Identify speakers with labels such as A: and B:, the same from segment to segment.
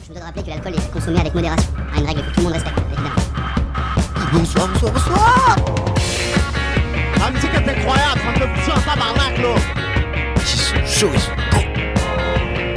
A: Je voudrais rappeler que l'alcool est consommé avec modération. À une règle que tout le monde respecte, évidemment.
B: Bonsoir, bonsoir, bonsoir Ah, La musique est incroyable, ça me fait pousser en tabarnak, là Ils sont chauds, ils sont beaux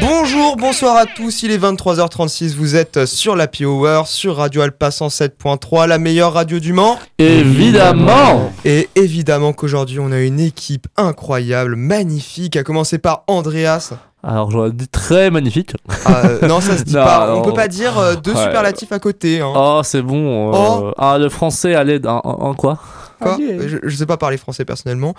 C: Bonjour, bonsoir à tous, il est 23h36, vous êtes sur la Hour, sur Radio Alpa 107.3, la meilleure radio du Mans.
D: Évidemment
C: Et évidemment qu'aujourd'hui on a une équipe incroyable, magnifique, à commencer par Andreas.
D: Alors j'aurais dit très magnifique.
C: Ah, euh, non, ça se dit
D: Non,
C: pas, on
D: non.
C: peut pas dire euh, deux
D: Ouais.
C: superlatifs à côté. hein.
D: Oh c'est bon. euh,
C: Oh.
D: Ah le français allait en, en- en quoi
C: Quoi
D: allez.
C: je, je sais pas parler français personnellement.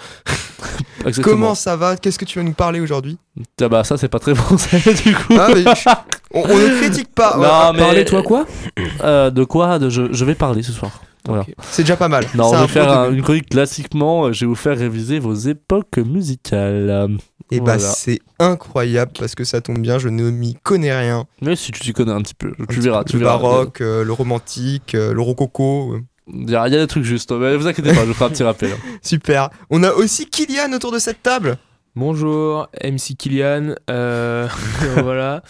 D: Exactement.
C: Comment ça va Qu'est-ce que tu vas nous parler aujourd'hui
D: Ah bah ça c'est pas très français du coup.
C: Ah, mais je- on, on ne critique pas, Ah, ouais,
D: non, mais...
E: Parlez-toi quoi
D: Euh, De quoi de... Je... je vais parler ce soir. Voilà.
C: c'est déjà pas mal.
D: Non,
C: C'est
D: je
C: un
D: vais faire
C: bon
D: un-
C: début.
D: une chronique classiquement. euh, Je vais vous faire réviser vos époques musicales.
C: Eh bah
D: voilà.
C: c'est incroyable parce que ça tombe bien, je ne m'y connais rien.
D: Mais si tu t'y connais un petit peu,
C: Un
D: tu
C: petit
D: verras.
C: peu
D: Tu
C: le
D: verras.
C: baroque, euh, le romantique, euh, le rococo. euh,
D: Il y a il y a des trucs juste. Mais vous inquiétez pas, je vous ferai un petit rappel. hein.
C: Super. On a aussi Kylian autour de cette table.
E: Bonjour, MC Kylian. euh, voilà.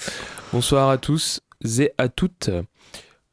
E: Bonsoir à tous et à toutes.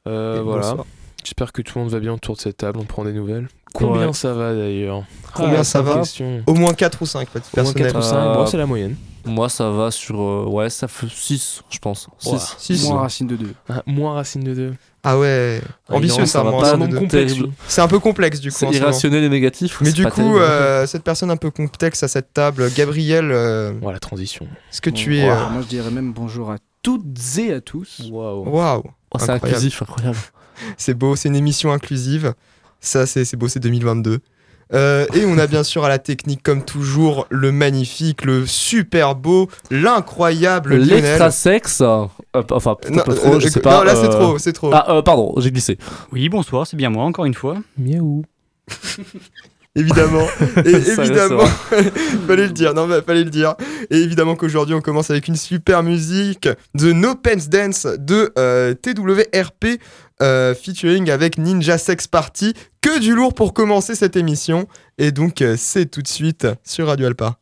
E: Euh,
C: Et
E: voilà.
C: bonsoir.
E: J'espère que tout le monde va bien autour de cette table. On prend des nouvelles. Combien
D: Ouais.
E: ça va d'ailleurs Ah,
C: Combien
E: c'est
C: ça
E: une
C: va
E: question.
C: Au moins 4 ou 5 petites
E: Au moins
C: personnes.
E: 4 ou 5.
D: Euh,
E: Bon, c'est la moyenne.
D: Moi, ça va sur. euh, ouais, ça fait 6, je pense.
E: Ouah.
D: 6.
C: Six.
F: Moins racine de 2.
E: Ah, moins racine de 2.
C: Ah ouais, ambitieux
D: Ah, non,
C: ça.
D: ça va
C: moi,
D: pas,
C: ça
E: un
C: me
E: nombre
C: donne-
D: donc-
E: complexe.
D: terrible.
C: C'est un peu complexe du coup. en
D: C'est
C: ce moment.
D: irrationnel et négatif.
C: Mais
D: c'est
C: du
D: pas
C: coup,
D: terrible.
C: euh, cette personne un peu complexe à cette table, Gabriel, euh,
E: Voilà, transition.
C: est-ce que tu es. euh,
F: Moi je dirais même bonjour à toutes et à tous.
E: Waouh.
C: Waouh,
D: Oh, c'est
C: incroyable.
D: inclusif, incroyable.
C: c'est beau, c'est une émission inclusive. Ça, c'est c'est beau, c'est 2022. Euh, et on a bien sûr à la technique, comme toujours, le magnifique, le super beau, l'incroyable Lionel.
D: L'extrasexe. euh, enfin, peut-être
C: Non,
D: pas trop,
C: euh,
D: je sais
C: euh,
D: pas.
C: non, là c'est
D: euh,
C: trop, c'est trop.
D: Ah, euh, pardon, j'ai glissé.
G: Oui, bonsoir, c'est bien moi, encore une fois.
E: Miaou.
C: Évidemment. Et
D: Ça va,
C: évidemment.
D: ça
C: fallait le dire, non, mais fallait le dire. Et évidemment qu'aujourd'hui, on commence avec une super musique de No Pants Dance de euh, TWRP, euh, featuring avec Ninja Sex Party. Que du lourd pour commencer cette émission. Et donc, euh, c'est tout de suite sur Radio Alpa.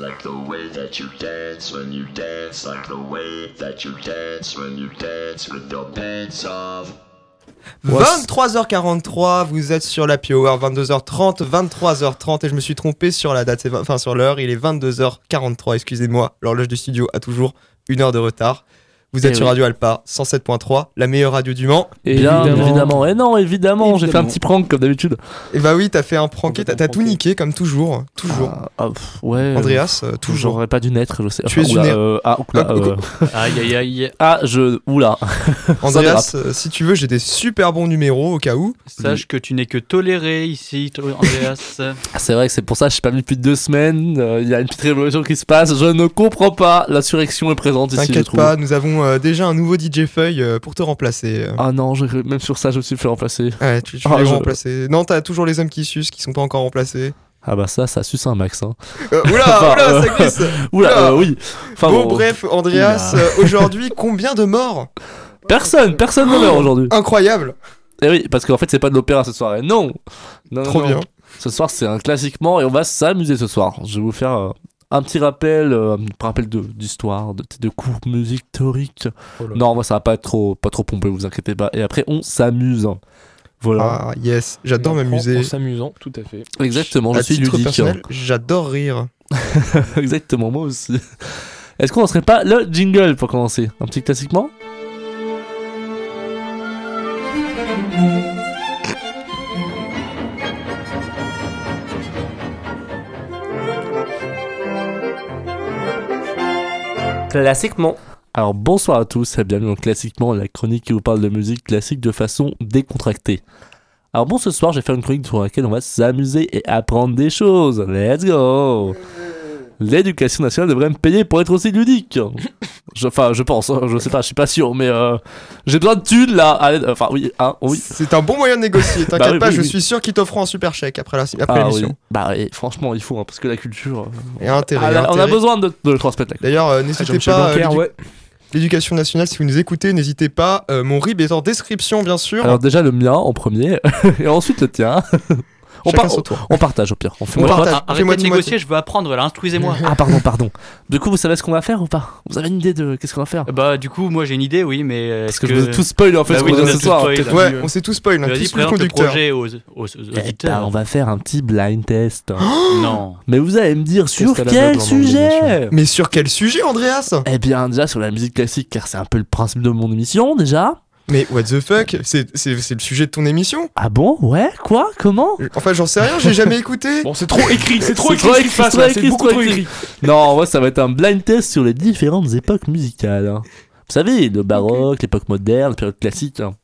H: like the way that you dance when you dance, like the way that you dance when you dance with your pants off.
C: 23h43, vous êtes sur la Hour, 22h30, 23h30, et je me suis trompé sur la date, c'est vingt- enfin sur l'heure, il est 22h43, excusez-moi, l'horloge du studio a toujours une heure de retard. Vous êtes
D: Eh
C: sur
D: oui.
C: Radio Alpa, 107.3, la meilleure radio du Mans.
D: Bien évidemment. Et non, évidemment, j'ai fait un
F: Évidemment.
D: petit prank comme d'habitude.
C: Et bah oui, t'as fait un pranké, t'as t'as tout
E: Pranké.
C: niqué, comme toujours, toujours.
D: Ah, ah, eh pff, ouais.
C: Andreas, euh, toujours.
D: J'aurais pas dû naître, je sais.
C: Tu es
D: oula,
C: une-
D: euh, ah, oula,
C: Ah,
D: euh,
G: Aïe aïe aïe.
D: ah, je. Oula.
C: Andreas, euh, si tu veux, j'ai des super bons numéros au cas où.
G: Sache que tu n'es que toléré ici, to- Andreas.
D: C'est vrai que c'est pour ça que je suis pas venu depuis deux semaines. euh, Il y a une petite révolution qui se passe. Je ne comprends pas. L'insurrection est présente ici, je
C: T'inquiète
D: trouve.
C: pas, nous avons euh, déjà un nouveau DJ Feuille euh, pour te remplacer. euh.
D: Ah non, je- même sur ça, je me suis fait remplacer.
C: Ouais, tu, tu
D: Ah,
C: l'as
D: je-
C: remplacé. Non, t'as toujours les hommes qui sucent qui sont pas encore remplacés.
D: Ah bah ça, ça suce un max. Hein.
C: Euh, oula,
D: Enfin,
C: oula,
D: euh,
C: ça glisse.
D: Oula,
C: Ah.
D: euh, oui. Enfin,
C: bon,
D: bon,
C: bref, Andreas,
D: Oula.
C: euh, aujourd'hui, combien de morts
D: Personne, personne ne meurt aujourd'hui.
C: Incroyable
D: Eh oui, parce qu'en fait, c'est pas de l'opéra ce soir. Et Non. non non,
C: Trop
D: non.
C: bien.
D: Ce soir, c'est un classiquement et on va s'amuser ce soir. Je vais vous faire euh, un petit rappel, euh, un petit rappel de- d'histoire, de, de cours de musique théorique.
C: Oh
D: non, moi, ça va pas être trop, pas trop pompé, vous inquiétez pas. Et après, on s'amuse. Voilà.
C: Ah, yes, j'adore
E: On apprend
C: m'amuser.
E: En s'amusant, tout à fait.
D: Exactement, je
C: Ah, À
D: suis
C: titre
D: ludique. hein.
C: personnel, J'adore rire.
D: Exactement, moi aussi. Est-ce qu'on serait pas le jingle pour commencer Un petit classiquement
I: Classiquement.
D: Alors bonsoir à tous et bienvenue dans Classiquement, la chronique qui vous parle de musique classique de façon décontractée. Alors bon, ce soir, je vais faire une chronique sur laquelle on va s'amuser et apprendre des choses. Let's go L'éducation nationale devrait me payer pour être aussi ludique. Je- Enfin, je pense, hein, je sais pas, je suis pas sûr, mais euh, j'ai besoin de thunes là. Allez, enfin, oui, hein, oui.
C: C'est un bon moyen de négocier. T'inquiète
D: Bah oui,
C: pas,
D: oui,
C: je
D: oui.
C: suis sûr qu'ils t'offront un super chèque après la- après
D: Ah oui.
C: l'émission.
D: Bah oui, franchement, il faut, hein, parce que la culture. euh,
C: Et intérêt.
D: ah, là, on a
C: intérêt.
D: besoin de, de le transmettre. là.
C: D'ailleurs, euh, n'hésitez
E: Jean-Michel
C: pas, euh,
E: Blanquer,
C: l'édu-
E: ouais.
C: l'éducation nationale, si vous nous écoutez, n'hésitez pas. euh, mon RIB est en description, bien sûr.
D: Alors déjà le mien en premier, et ensuite le tien. on,
C: Chacun
D: par-
C: son tour.
D: on partage au pire. On fait
C: On
D: moi-
C: partage.
G: Ah, Arrêtez
C: Fais-moi
G: de
C: tout, moi,
G: négocier, je veux apprendre là, instruisez-moi.
D: Ah pardon, pardon. Du coup, vous savez ce qu'on va faire ou pas Vous avez une idée de qu'est-ce qu'on va faire
G: bah du coup, moi j'ai une idée, oui, mais euh,
D: Parce
G: est-ce
D: que, je vous ai tout spoil en fait
G: Bah
D: ce
G: oui,
D: qu'on va
G: on a
D: faire ce
G: tout
D: soir.
G: spoil.
D: Peut-être-
C: Ouais, on s'est tout spoil, hein. un
G: Vas-y,
C: petit peu le
G: présente le
C: conducteur.
G: projet aux, aux- aux
D: Eh ben,
G: auditeurs.
D: on va faire un petit blind test.
G: Non. Ah,
D: Mais vous allez me dire sur
E: à la
D: quel
E: meuble en anglais, bien
D: sujet
C: Mais sur quel sujet, Andreas
D: Eh bien, déjà sur la musique classique, car c'est un peu le principe de mon émission déjà.
C: Mais what the fuck C'est c'est- c'est le sujet de ton émission
D: Ah bon Ouais Quoi Comment
C: Enfin, j'en sais rien, j'ai jamais écouté.
E: Bon, c'est trop écrit, c'est trop
D: C'est
E: écrit
D: trop
E: ce qui se
D: écrit,
E: passe
D: c'est
E: là,
D: trop
E: c'est
D: écrit,
E: beaucoup
D: c'est
E: trop
D: trop
E: écrit.
D: Non, ouais, ça va être un blind test sur les différentes époques musicales. hein. Vous savez, le baroque, l'époque moderne, la période classique. hein.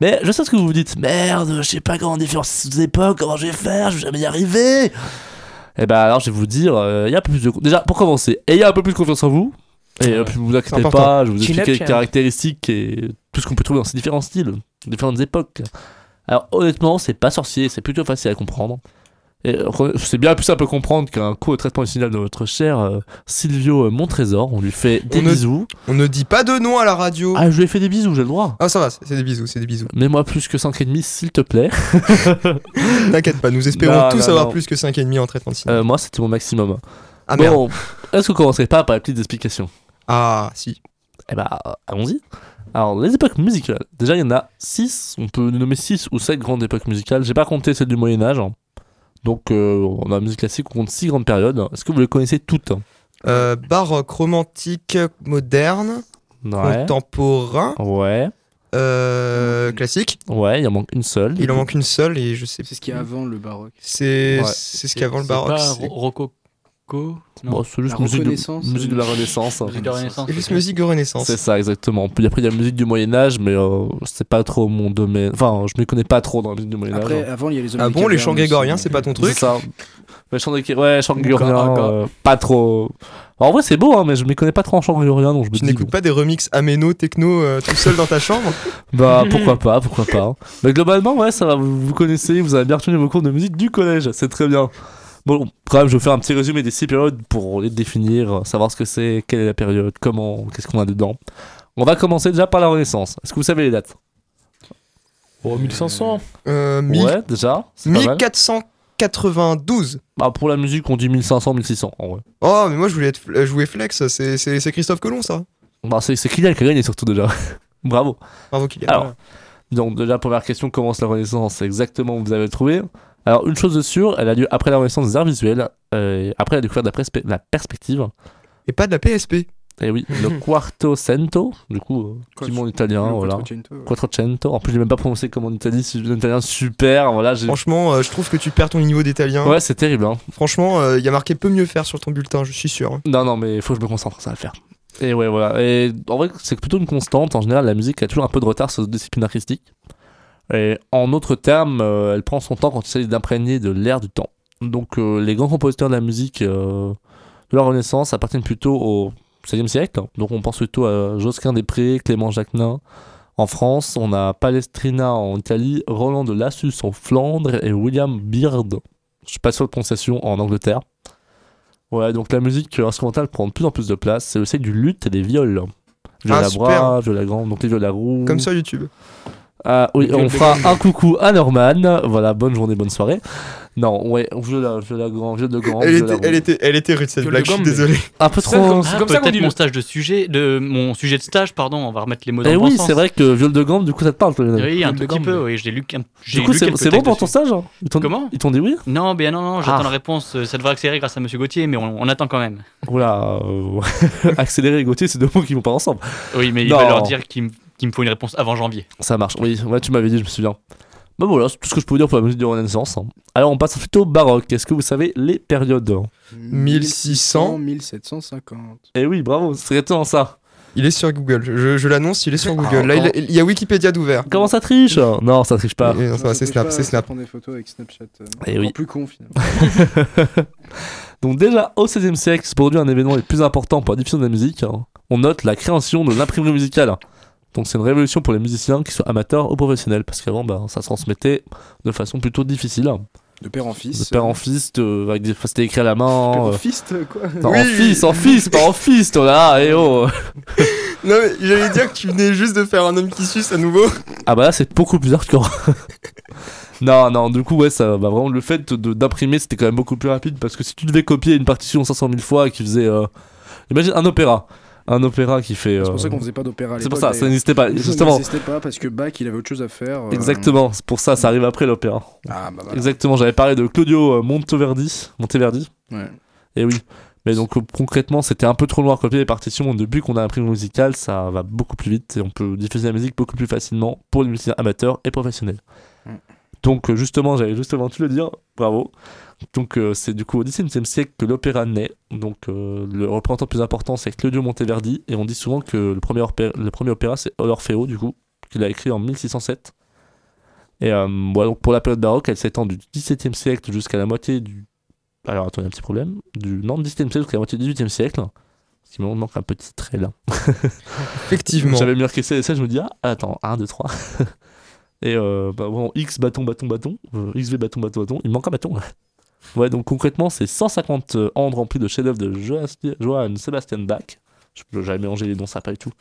D: Mais je sais ce que vous vous dites. Merde, je sais pas comment différencier ces époques, comment je vais faire, je vais jamais y arriver. Et ben alors, je vais vous dire, euh, il y a un peu plus de. Déjà, pour commencer, ayez un peu plus de confiance en vous. Et euh, puis, vous inquiétez
C: important.
D: pas, je vais vous
I: Chin up,
D: expliquer les
I: child.
D: caractéristiques et tout ce qu'on peut trouver dans ces différents styles, différentes époques. Alors, honnêtement, c'est pas sorcier, c'est plutôt facile à comprendre. Et re- c'est bien plus simple à comprendre qu'un cours de traitement du signal de notre cher euh, Silvio euh, Montrésor. On lui fait des
C: On ne-
D: bisous.
C: On ne dit pas de nom à la radio.
D: Ah, je lui ai fait des bisous, j'ai le droit.
C: Ah, ça va, c'est des bisous, c'est des bisous.
D: Mets-moi plus que 5,5 s'il te plaît.
C: T'inquiète pas, nous espérons
D: Non,
C: tous
D: non,
C: avoir
D: non.
C: plus que 5,5 en traitement de signe.
D: Euh, moi, c'était mon maximum.
C: ah merde.
D: bon, est-ce qu'on commencerait pas par les petites explications
C: Ah, si.
D: Eh bah, euh, allons-y. Alors, les époques musicales. Déjà, il y en a 6, on peut les nommer 6 ou 7 grandes époques musicales. J'ai pas compté celle du Moyen-Âge. Donc, euh, dans la musique classique, on compte 6 grandes périodes. Est-ce que vous les connaissez toutes
C: Euh, baroque, romantique, moderne,
D: Ouais. Mm.
C: contemporain,
D: Ouais,
C: euh, classique.
D: ouais, il en manque une seule.
C: Il en manque une seule et je sais.
F: C'est ce qui est avant le baroque.
C: C'est
D: Ouais.
C: c'est ce qu'il y a avant le
G: C'est
C: baroque.
G: pas
C: c'est-
G: ro- Rococo. Non.
D: Bon, c'est juste
F: La
D: musique
F: Renaissance.
D: de, musique de la Renaissance.
G: Musique de Renaissance.
C: C'est juste musique de Renaissance.
D: C'est ça, exactement. Puis après, il y a la musique du Moyen-Âge, mais euh, c'est pas trop mon domaine. Enfin, je me connais pas trop dans la musique du
F: Après,
D: Moyen-Âge. hein.
F: avant, il y a les hommes
C: Ah
F: des
C: bon, les
F: cavernes aussi.
C: chants
F: euh,
C: grégoriens, c'est pas ton
D: C'est
C: truc
D: ça. Mais chant des... Ouais, chant grégorien,
E: Gaga.
D: euh, pas trop. En vrai, c'est beau, hein, mais je m'y connais pas trop en chant grégorien, donc je me
C: Tu
D: dis.
C: n'écoutes
D: bon.
C: pas des remixes améno, techno euh, tout seul dans ta chambre
D: Bah, pourquoi pas, pourquoi pas. hein. Mais globalement, ouais, ça va, vous, vous connaissez, vous avez bien retenu vos cours de musique du collège, c'est très bien. Bon, bref, je vais vous faire un petit résumé des six périodes pour les définir, euh, savoir ce que c'est, quelle est la période, comment, qu'est-ce qu'on a dedans. On va commencer déjà par la Renaissance. Est-ce que vous savez les dates
E: Oh, 1500.
C: euh, mille-
D: Ouais, déjà. c'est pas mal.
C: 1400 1992.
D: Bah, pour la musique, on dit 1500, 1600 en vrai.
C: Oh, mais moi je voulais être, euh, jouer Flex, c'est- c'est c'est Christophe Colomb ça.
D: Bah, c'est c'est Kylian qui a gagné surtout déjà. Bravo.
C: Bravo Kylian.
D: Alors, donc déjà, première question commence la Renaissance C'est exactement où vous avez trouvé. Alors, une chose de sûre, elle a lieu après la Renaissance des arts visuels, euh, après la découverte de la, perspe- la perspective.
C: Et pas de la PSP.
D: Et oui, le Quartocento, du coup, euh,
F: Quat-
D: du monde italien,
C: Ah,
F: Le
D: voilà.
F: Quattrocento, ouais.
D: Quattrocento. En plus, j'ai même pas prononcé comme en Italie, c'est un italien super, voilà. j'ai-
C: Franchement, euh, je trouve que tu perds ton niveau d'italien.
D: Ouais, c'est terrible, hein.
C: Franchement, euh, il y a marqué peut mieux faire sur ton bulletin, je suis sûr. hein.
D: Non, non, mais faut que je me concentre, ça va le faire. Et ouais, voilà. Et en vrai, c'est plutôt une constante. En général, la musique a toujours un peu de retard sur les disciplines artistiques. Et en d'autres termes, euh, elle prend son temps quand il s'agit d'imprégner de l'air du temps. Donc, euh, les grands compositeurs de la musique euh, de la Renaissance appartiennent plutôt au XVIe siècle. Donc, on pense plutôt à Josquin Després, Clément Jacquemin en France. On a Palestrina en Italie, Roland de Lassus en Flandre et William Beard. Je suis pas sûr de prononciation en Angleterre. Ouais, donc la musique euh, instrumentale prend de plus en plus de place. C'est le siècle du luth et des viols. Viola
C: Ah, super.
D: bras, viola grande, donc les viola roux.
C: Comme sur YouTube.
D: Ah oui,
E: Les
D: on
E: viols de
D: fera
E: grande.
D: un coucou à Norman. Voilà, bonne journée, bonne soirée. Non, ouais, viola, viola grande, viola grande,
C: elle,
D: viola
C: était, elle,
D: roux.
C: était, elle était rude cette
E: Gueule de
C: blague, je suis
E: gomme, mais-
C: désolé.
D: Un peu
E: C'est ça,
D: trop.
E: C'est
G: Ah,
E: comme ça qu'on
G: peut-être
E: dit
G: mon
E: le-
G: stage de sujet, de mon sujet de stage, pardon, on va remettre les mots dans
D: Eh
G: le bon
D: oui,
G: sens.
D: c'est vrai que viol de grande, du coup, ça te parle. toi, Lionel.
G: Oui, un tout
E: Gueule de
G: petit
E: gomme,
G: peu, oui, j'ai lu, un- j'ai
D: Du coup,
G: lu
D: c'est
G: quelques
D: c'est bon
G: textes
D: pour ton
G: dessus.
D: stage hein Ils t'ont-
G: Comment
D: Ils t'ont dit oui
G: Non, bien non, non, j'attends
D: Ah.
G: la réponse. euh, Ça devrait accélérer grâce à Monsieur Gauthier, mais on, on attend quand même.
D: Oula, euh, accélérer et Gauthier, c'est deux mots qui vont pas ensemble.
G: Oui, mais il
D: Non.
G: va leur dire qu'il m- qu'il me faut une réponse avant janvier.
D: Ça marche, oui, ouais, tu m'avais dit, je me souviens. Bah voilà, c'est tout ce que je peux vous dire pour la musique de Renaissance. hein. Alors on passe plutôt au baroque. Est-ce que vous savez les périodes
C: 1600.
F: 1750.
D: Eh oui, bravo, c'est exactement ça.
C: Il est sur Google, je, je l'annonce, il est sur Google. Là, il a- il y a Wikipédia d'ouvert.
D: Comment ça triche Non, ça triche
G: Eh
D: pas.
C: Et- non, ça va,
F: Non,
C: c'est
F: ça
C: Snap,
F: bouge
C: c'est
F: pas,
C: Snap.
F: ça prend des photos avec Snapchat. euh,
D: Eh
F: encore
D: oui.
F: Plus con finalement.
D: Donc déjà au XVIe siècle se produit un événement les plus importants pour la diffusion de la musique. hein. On note la création de l'imprimerie musicale. Donc c'est une révolution pour les musiciens, qu'ils soient amateurs ou professionnels, parce qu'avant bah, ça se transmettait de façon plutôt difficile.
F: De père en fils.
D: De père en fils, de- avec des... c'était écrit à la main.
F: Père en
D: euh,
F: fist, quoi.
D: non, en fils, en fils, pas en fils, toi là, eh oh
C: Non, mais j'allais dire que tu venais juste de faire un homme qui suce à nouveau.
D: Ah bah là c'est beaucoup plus hardcore. non non du coup ouais ça bah vraiment le fait de- d'imprimer c'était quand même beaucoup plus rapide parce que si tu devais copier une partition 500 000 fois et qui faisait euh, imagine un opéra un opéra qui fait
F: C'est pour ça
D: euh,
F: qu'on faisait pas d'opéra à
D: c'est
F: l'époque.
D: pour ça ça
F: d'ailleurs.
D: n'existait pas
F: Ça
D: justement
F: n'existait pas parce que Bach il avait autre chose à faire. euh,
D: exactement c'est pour ça ça arrive après l'opéra
F: Ah bah voilà.
D: exactement j'avais parlé de Claudio euh, Monteverdi Monteverdi
F: Ouais.
D: et oui mais donc euh, concrètement c'était un peu trop loin à copier les partitions depuis qu'on a imprimé musical ça va beaucoup plus vite et on peut diffuser la musique beaucoup plus facilement pour les musiciens amateurs et professionnels
F: Mm.
D: donc euh, justement j'avais justement tout le dire bravo donc euh, c'est du coup au XVIIe siècle que l'opéra naît donc euh, le représentant le plus important c'est Claudio Monteverdi et on dit souvent que le premier opéra, le premier opéra c'est l'Orfeo du coup qu'il a écrit en 1607 et euh, voilà, donc pour la période baroque elle s'étend du XVIIe siècle jusqu'à la moitié du alors, attends, il y a un petit problème. Du non, 17e siècle jusqu'à la moitié du 18e siècle. Ce qui me manque un petit trait là.
C: Effectivement.
D: J'avais mieux que ça, je me dis, ah, attends, 1, 2, 3. Et euh, bah, bon, X bâton, bâton, bâton. euh, XV bâton, bâton, bâton. Il manque un bâton. ouais, donc concrètement, c'est 150 euh, andes remplis de chefs-d'œuvre de Joas- Johann Sebastian Bach. Je- J'avais mélangé les noms, ça pas du tout.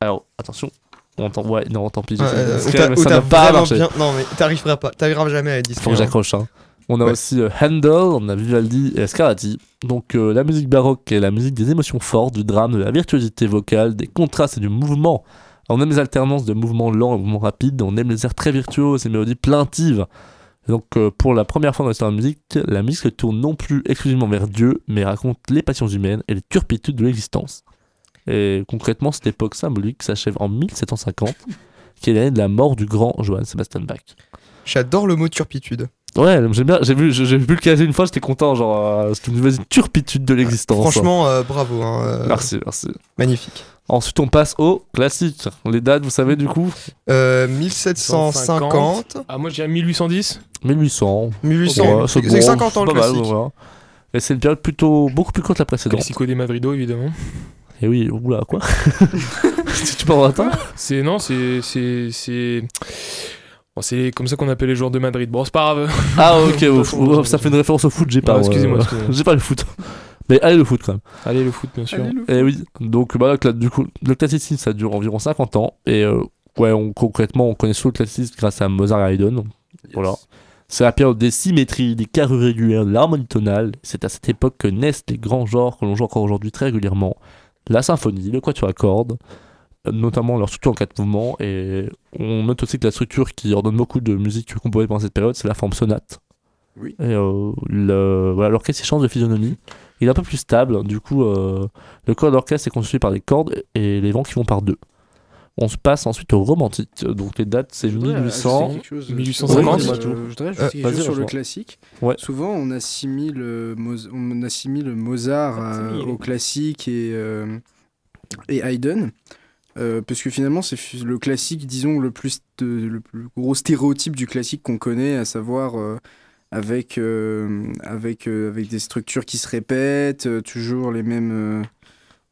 D: Alors, attention. On entend, ouais, non, tant pis. j'ai
C: Ouais,
D: fait
C: euh,
D: une
C: où
D: discrète,
C: t'as-
D: mais
C: où
D: ça
C: t'as
D: n'a pas
C: vraiment
D: marché.
C: bien- Non, mais t'arriveras pas, t'arriveras jamais à être
D: Faut que j'accroche. Hein. On a
C: Ouais.
D: aussi euh, Handel, on a Vivaldi et Scarlatti. Donc euh, la musique baroque est la musique des émotions fortes, du drame, de la virtuosité vocale, des contrastes et du mouvement. On aime les alternances de mouvements lents et mouvements rapides, on aime les airs très virtuoses et mélodies plaintives. Et donc euh, pour la première fois dans l'histoire de la musique, la musique se tourne non plus exclusivement vers Dieu, mais raconte les passions humaines et les turpitudes de l'existence. Et concrètement, cette époque symbolique s'achève en 1750, qui est l'année de la mort du grand Johann Sebastian Bach.
C: J'adore le mot turpitude.
D: Ouais, j'aime bien. J'ai vu, j'ai j'ai vu le caser une fois, j'étais content. Genre, euh, c'est une nouvelle turpitude de l'existence.
C: Franchement, euh, bravo. hein, euh,
D: Merci, merci.
C: Magnifique.
D: Ensuite, on passe au classique. Les dates, vous savez, du coup
C: Euh, 1750,
E: Ah, moi, j'ai 1810.
D: 1800.
C: 1800.
D: Ouais,
C: c'est
D: bon,
C: c'est 50 ans le
D: pas mal,
C: classique.
D: voilà. Et c'est une période plutôt beaucoup plus courte que la précédente.
E: Mexico des Madrido, évidemment.
D: Et oui, oula, quoi Tu tu parles en latin
E: C'est non, c'est c'est c'est bon, c'est comme ça qu'on appelle les joueurs de Madrid. Bon, c'est pas grave.
D: Ah, ok,
E: On
D: ouf,
E: peut pas
D: ouf,
E: changer.
D: ça fait une référence au foot, j'ai pas.
E: Ah,
D: moi.
E: excusez-moi, excusez-moi.
C: euh,
D: J'ai pas le foot. Mais allez, le foot quand même.
E: Allez, le foot, bien sûr.
D: Et oui, donc bah, là, du coup, le classicisme ça dure environ 50 ans et euh, ouais, on, concrètement on connaît surtout le classicisme grâce à Mozart et Haydn. Voilà. C'est la période des symétries, des carrures régulières, de l'harmonie tonale. C'est à cette époque que naissent les grands genres que l'on joue encore aujourd'hui très régulièrement. La symphonie, le quatuor à cordes, euh, notamment leur structure en quatre mouvements. Et on note aussi que la structure qui ordonne beaucoup de musique composée pendant cette période, c'est la forme sonate.
F: Oui.
D: Et euh, le- voilà, l'orchestre il change de physionomie. Il est un peu plus stable. Du coup, euh, le corps d'orchestre est constitué par des cordes et les vents qui vont par deux. On se passe ensuite au romantique. Donc les dates, c'est
F: Je voudrais euh,
D: 1800.
F: ajouter quelque chose.
E: 1850.
F: Je voudrais, euh, je voudrais ajouter
D: Euh,
F: quelque
D: vas-y,
F: chose sur le
D: lâche-moi.
F: classique.
D: Ouais.
F: Souvent, on assimile, euh, Moz- on assimile Mozart à- au classique et, euh, et Haydn. euh, parce que finalement, c'est fu- le classique, disons, le plus, st- euh, le plus gros stéréotype du classique qu'on connaît, à savoir euh, avec, euh, avec, euh, avec des structures qui se répètent, euh, toujours les mêmes, euh,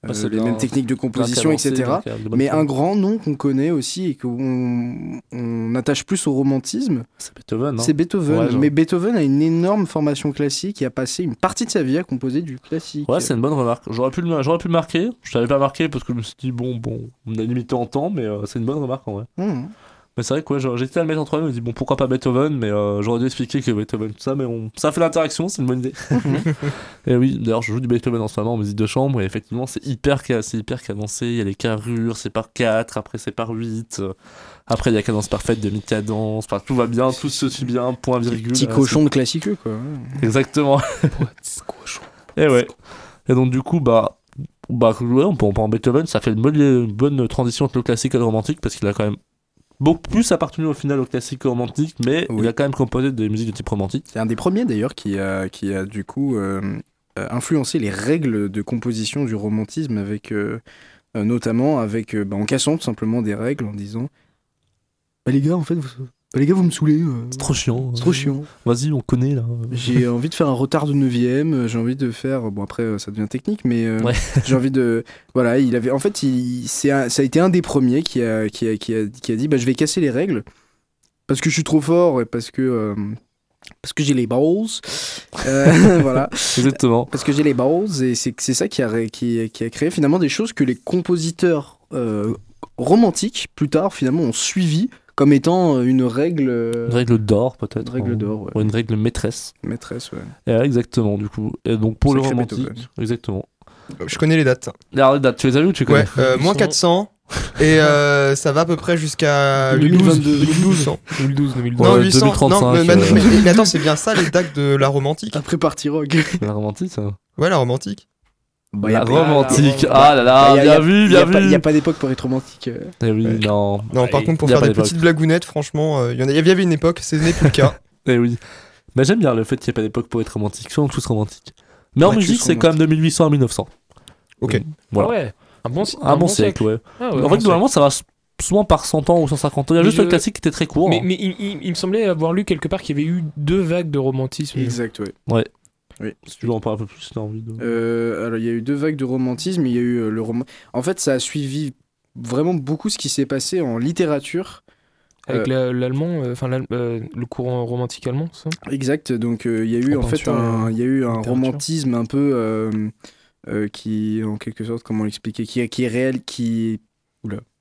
D: Ouais, Bah, c'est
F: euh, les
D: dans-
F: mêmes techniques de composition,
D: Avancé,
F: etc.
D: donc, avec de bonnes
F: Mais un
D: formes.
F: grand nom qu'on connaît aussi et qu'on on attache plus au romantisme,
D: C'est Beethoven. hein.
F: c'est Beethoven.
D: Ouais, genre.
F: Mais Beethoven a une énorme formation classique et a passé une partie de sa vie à composer du classique.
D: Ouais, c'est une bonne remarque. J'aurais pu, le- j'aurais pu le marquer. Je t'avais pas marqué parce que je me suis dit, bon, bon, on a limité en temps, mais euh, c'est une bonne remarque en vrai.
F: Mmh.
D: Mais c'est vrai que ouais, j'aurais- j'hésitais à le mettre en troisième. Je me dis, bon, pourquoi pas Beethoven Mais euh, j'aurais dû expliquer que Beethoven, tout ça, mais on... ça fait l'interaction, c'est une bonne idée. et oui, d'ailleurs, je joue du Beethoven en ce moment en musique de chambre, et effectivement, c'est hyper, ca- c'est hyper cadencé. Il y a les carrures, c'est par 4, après c'est par 8. euh, Après, il y a cadence parfaite, demi-cadence. Enfin, tout va bien, tout se suit bien, point, virgule.
F: Petit
D: euh,
F: cochon de classiqueux, quoi.
D: Exactement. et ouais. Et donc du coup, bah, bah ouais, on peut on prend Beethoven, ça fait une bonne, une bonne transition entre le classique et le romantique parce qu'il a quand même beaucoup plus appartenu au final au classique qu'au romantique, mais
F: Oui.
D: il a quand même composé des musiques de type romantique.
F: C'est un des premiers d'ailleurs qui a, qui a du coup euh, euh, influencé les règles de composition du romantisme avec euh, euh, notamment avec euh, bah, en cassant tout simplement des règles en disant bah les gars en fait vous, bah, les gars vous me saoulez euh,
D: C'est trop chiant.
F: c'est trop chiant
D: Vas-y, on connaît là.
F: J'ai envie de faire un retard de 9ème, j'ai envie de faire. Bon, après, euh, ça devient technique, mais euh,
D: Ouais.
F: j'ai envie de. Voilà, il avait. En fait, il, c'est un- ça a été un des premiers qui a, qui a, qui a, qui a dit bah, je vais casser les règles parce que je suis trop fort et parce que. euh, parce que j'ai les balls. Euh, voilà.
D: Exactement.
F: Parce que j'ai les balls et c'est c'est ça qui a, ré- qui, qui a créé finalement des choses que les compositeurs euh, romantiques, plus tard, finalement, ont suivi comme étant euh, une règle. euh,
D: Une règle d'or peut-être.
F: une règle
D: hein.
F: d'or, ouais.
D: Ou une règle maîtresse.
F: Maîtresse, ouais.
D: Et ouais, exactement, du coup. Et donc pour le
F: Sacré
D: romantique.
F: Beethoven.
D: Exactement.
C: Je connais les dates.
D: Alors, les dates, tu les as vues ou tu connais
C: Ouais, euh, moins 400. Et euh, ça va à peu près jusqu'à
E: 2022.
C: 2012.
E: 2012, 2012.
C: Non,
D: Ouais,
C: 800.
D: 2035,
C: non, mais, mais-
D: euh. Ah.
C: mais- mais attends, c'est bien ça les dates de la romantique.
F: Après partie rock. Bah,
D: La romantique, ça
C: Ouais, la romantique.
F: y
D: La
F: a pas-
D: romantique.
F: bah,
D: Ah là là,
F: bah, y a- y
D: bien
F: a-
D: vu,
F: Il n'y
D: bien
F: a, pas- y
D: vu.
F: a pas d'époque pour être romantique. euh.
D: Eh oui, non.
C: Non, par contre, pour
D: y a
C: faire
D: pas
C: des
D: d'époque.
C: petites blagounettes, franchement, euh, il y en a- il y avait une époque, c'est n'est plus le cas.
D: Eh oui. Bah, j'aime bien le fait qu'il n'y ait pas d'époque pour être romantique. Soyons tous romantiques. Mais en
F: Ouais, tous
D: musique, c'est quand même de 1800 à 1900.
C: Ok.
D: Donc, voilà.
E: Ah Ouais. Un bon, si-
D: un, bon siècle, ouais.
E: Ah ouais,
D: en
E: un
D: fait,
E: bon
D: normalement, ça va s- souvent par 100 ans ou 150 ans. Il y a
E: Mais
D: juste le
E: je-
D: classique qui était très court.
E: Mais,
D: hein.
E: mais il, il- il me semblait avoir lu quelque part qu'il y avait eu deux vagues de romantisme.
F: Exact, ouais.
D: Si tu veux en parler un peu plus, t'as envie de.
F: Euh, alors, il y a eu deux vagues de romantisme. Il y a eu euh, le roman. En fait, ça a suivi vraiment beaucoup ce qui s'est passé en littérature.
E: Avec la- l'allemand, euh, enfin l'al- euh, le courant romantique allemand, c'est ça
F: Exact. Donc, euh, il y a eu
E: En
F: en fait
E: peinture, euh,
F: un, il y a eu un
E: littérature.
F: romantisme un peu euh, euh, qui, en quelque sorte, comment l'expliquer, qui, qui est réel, qui,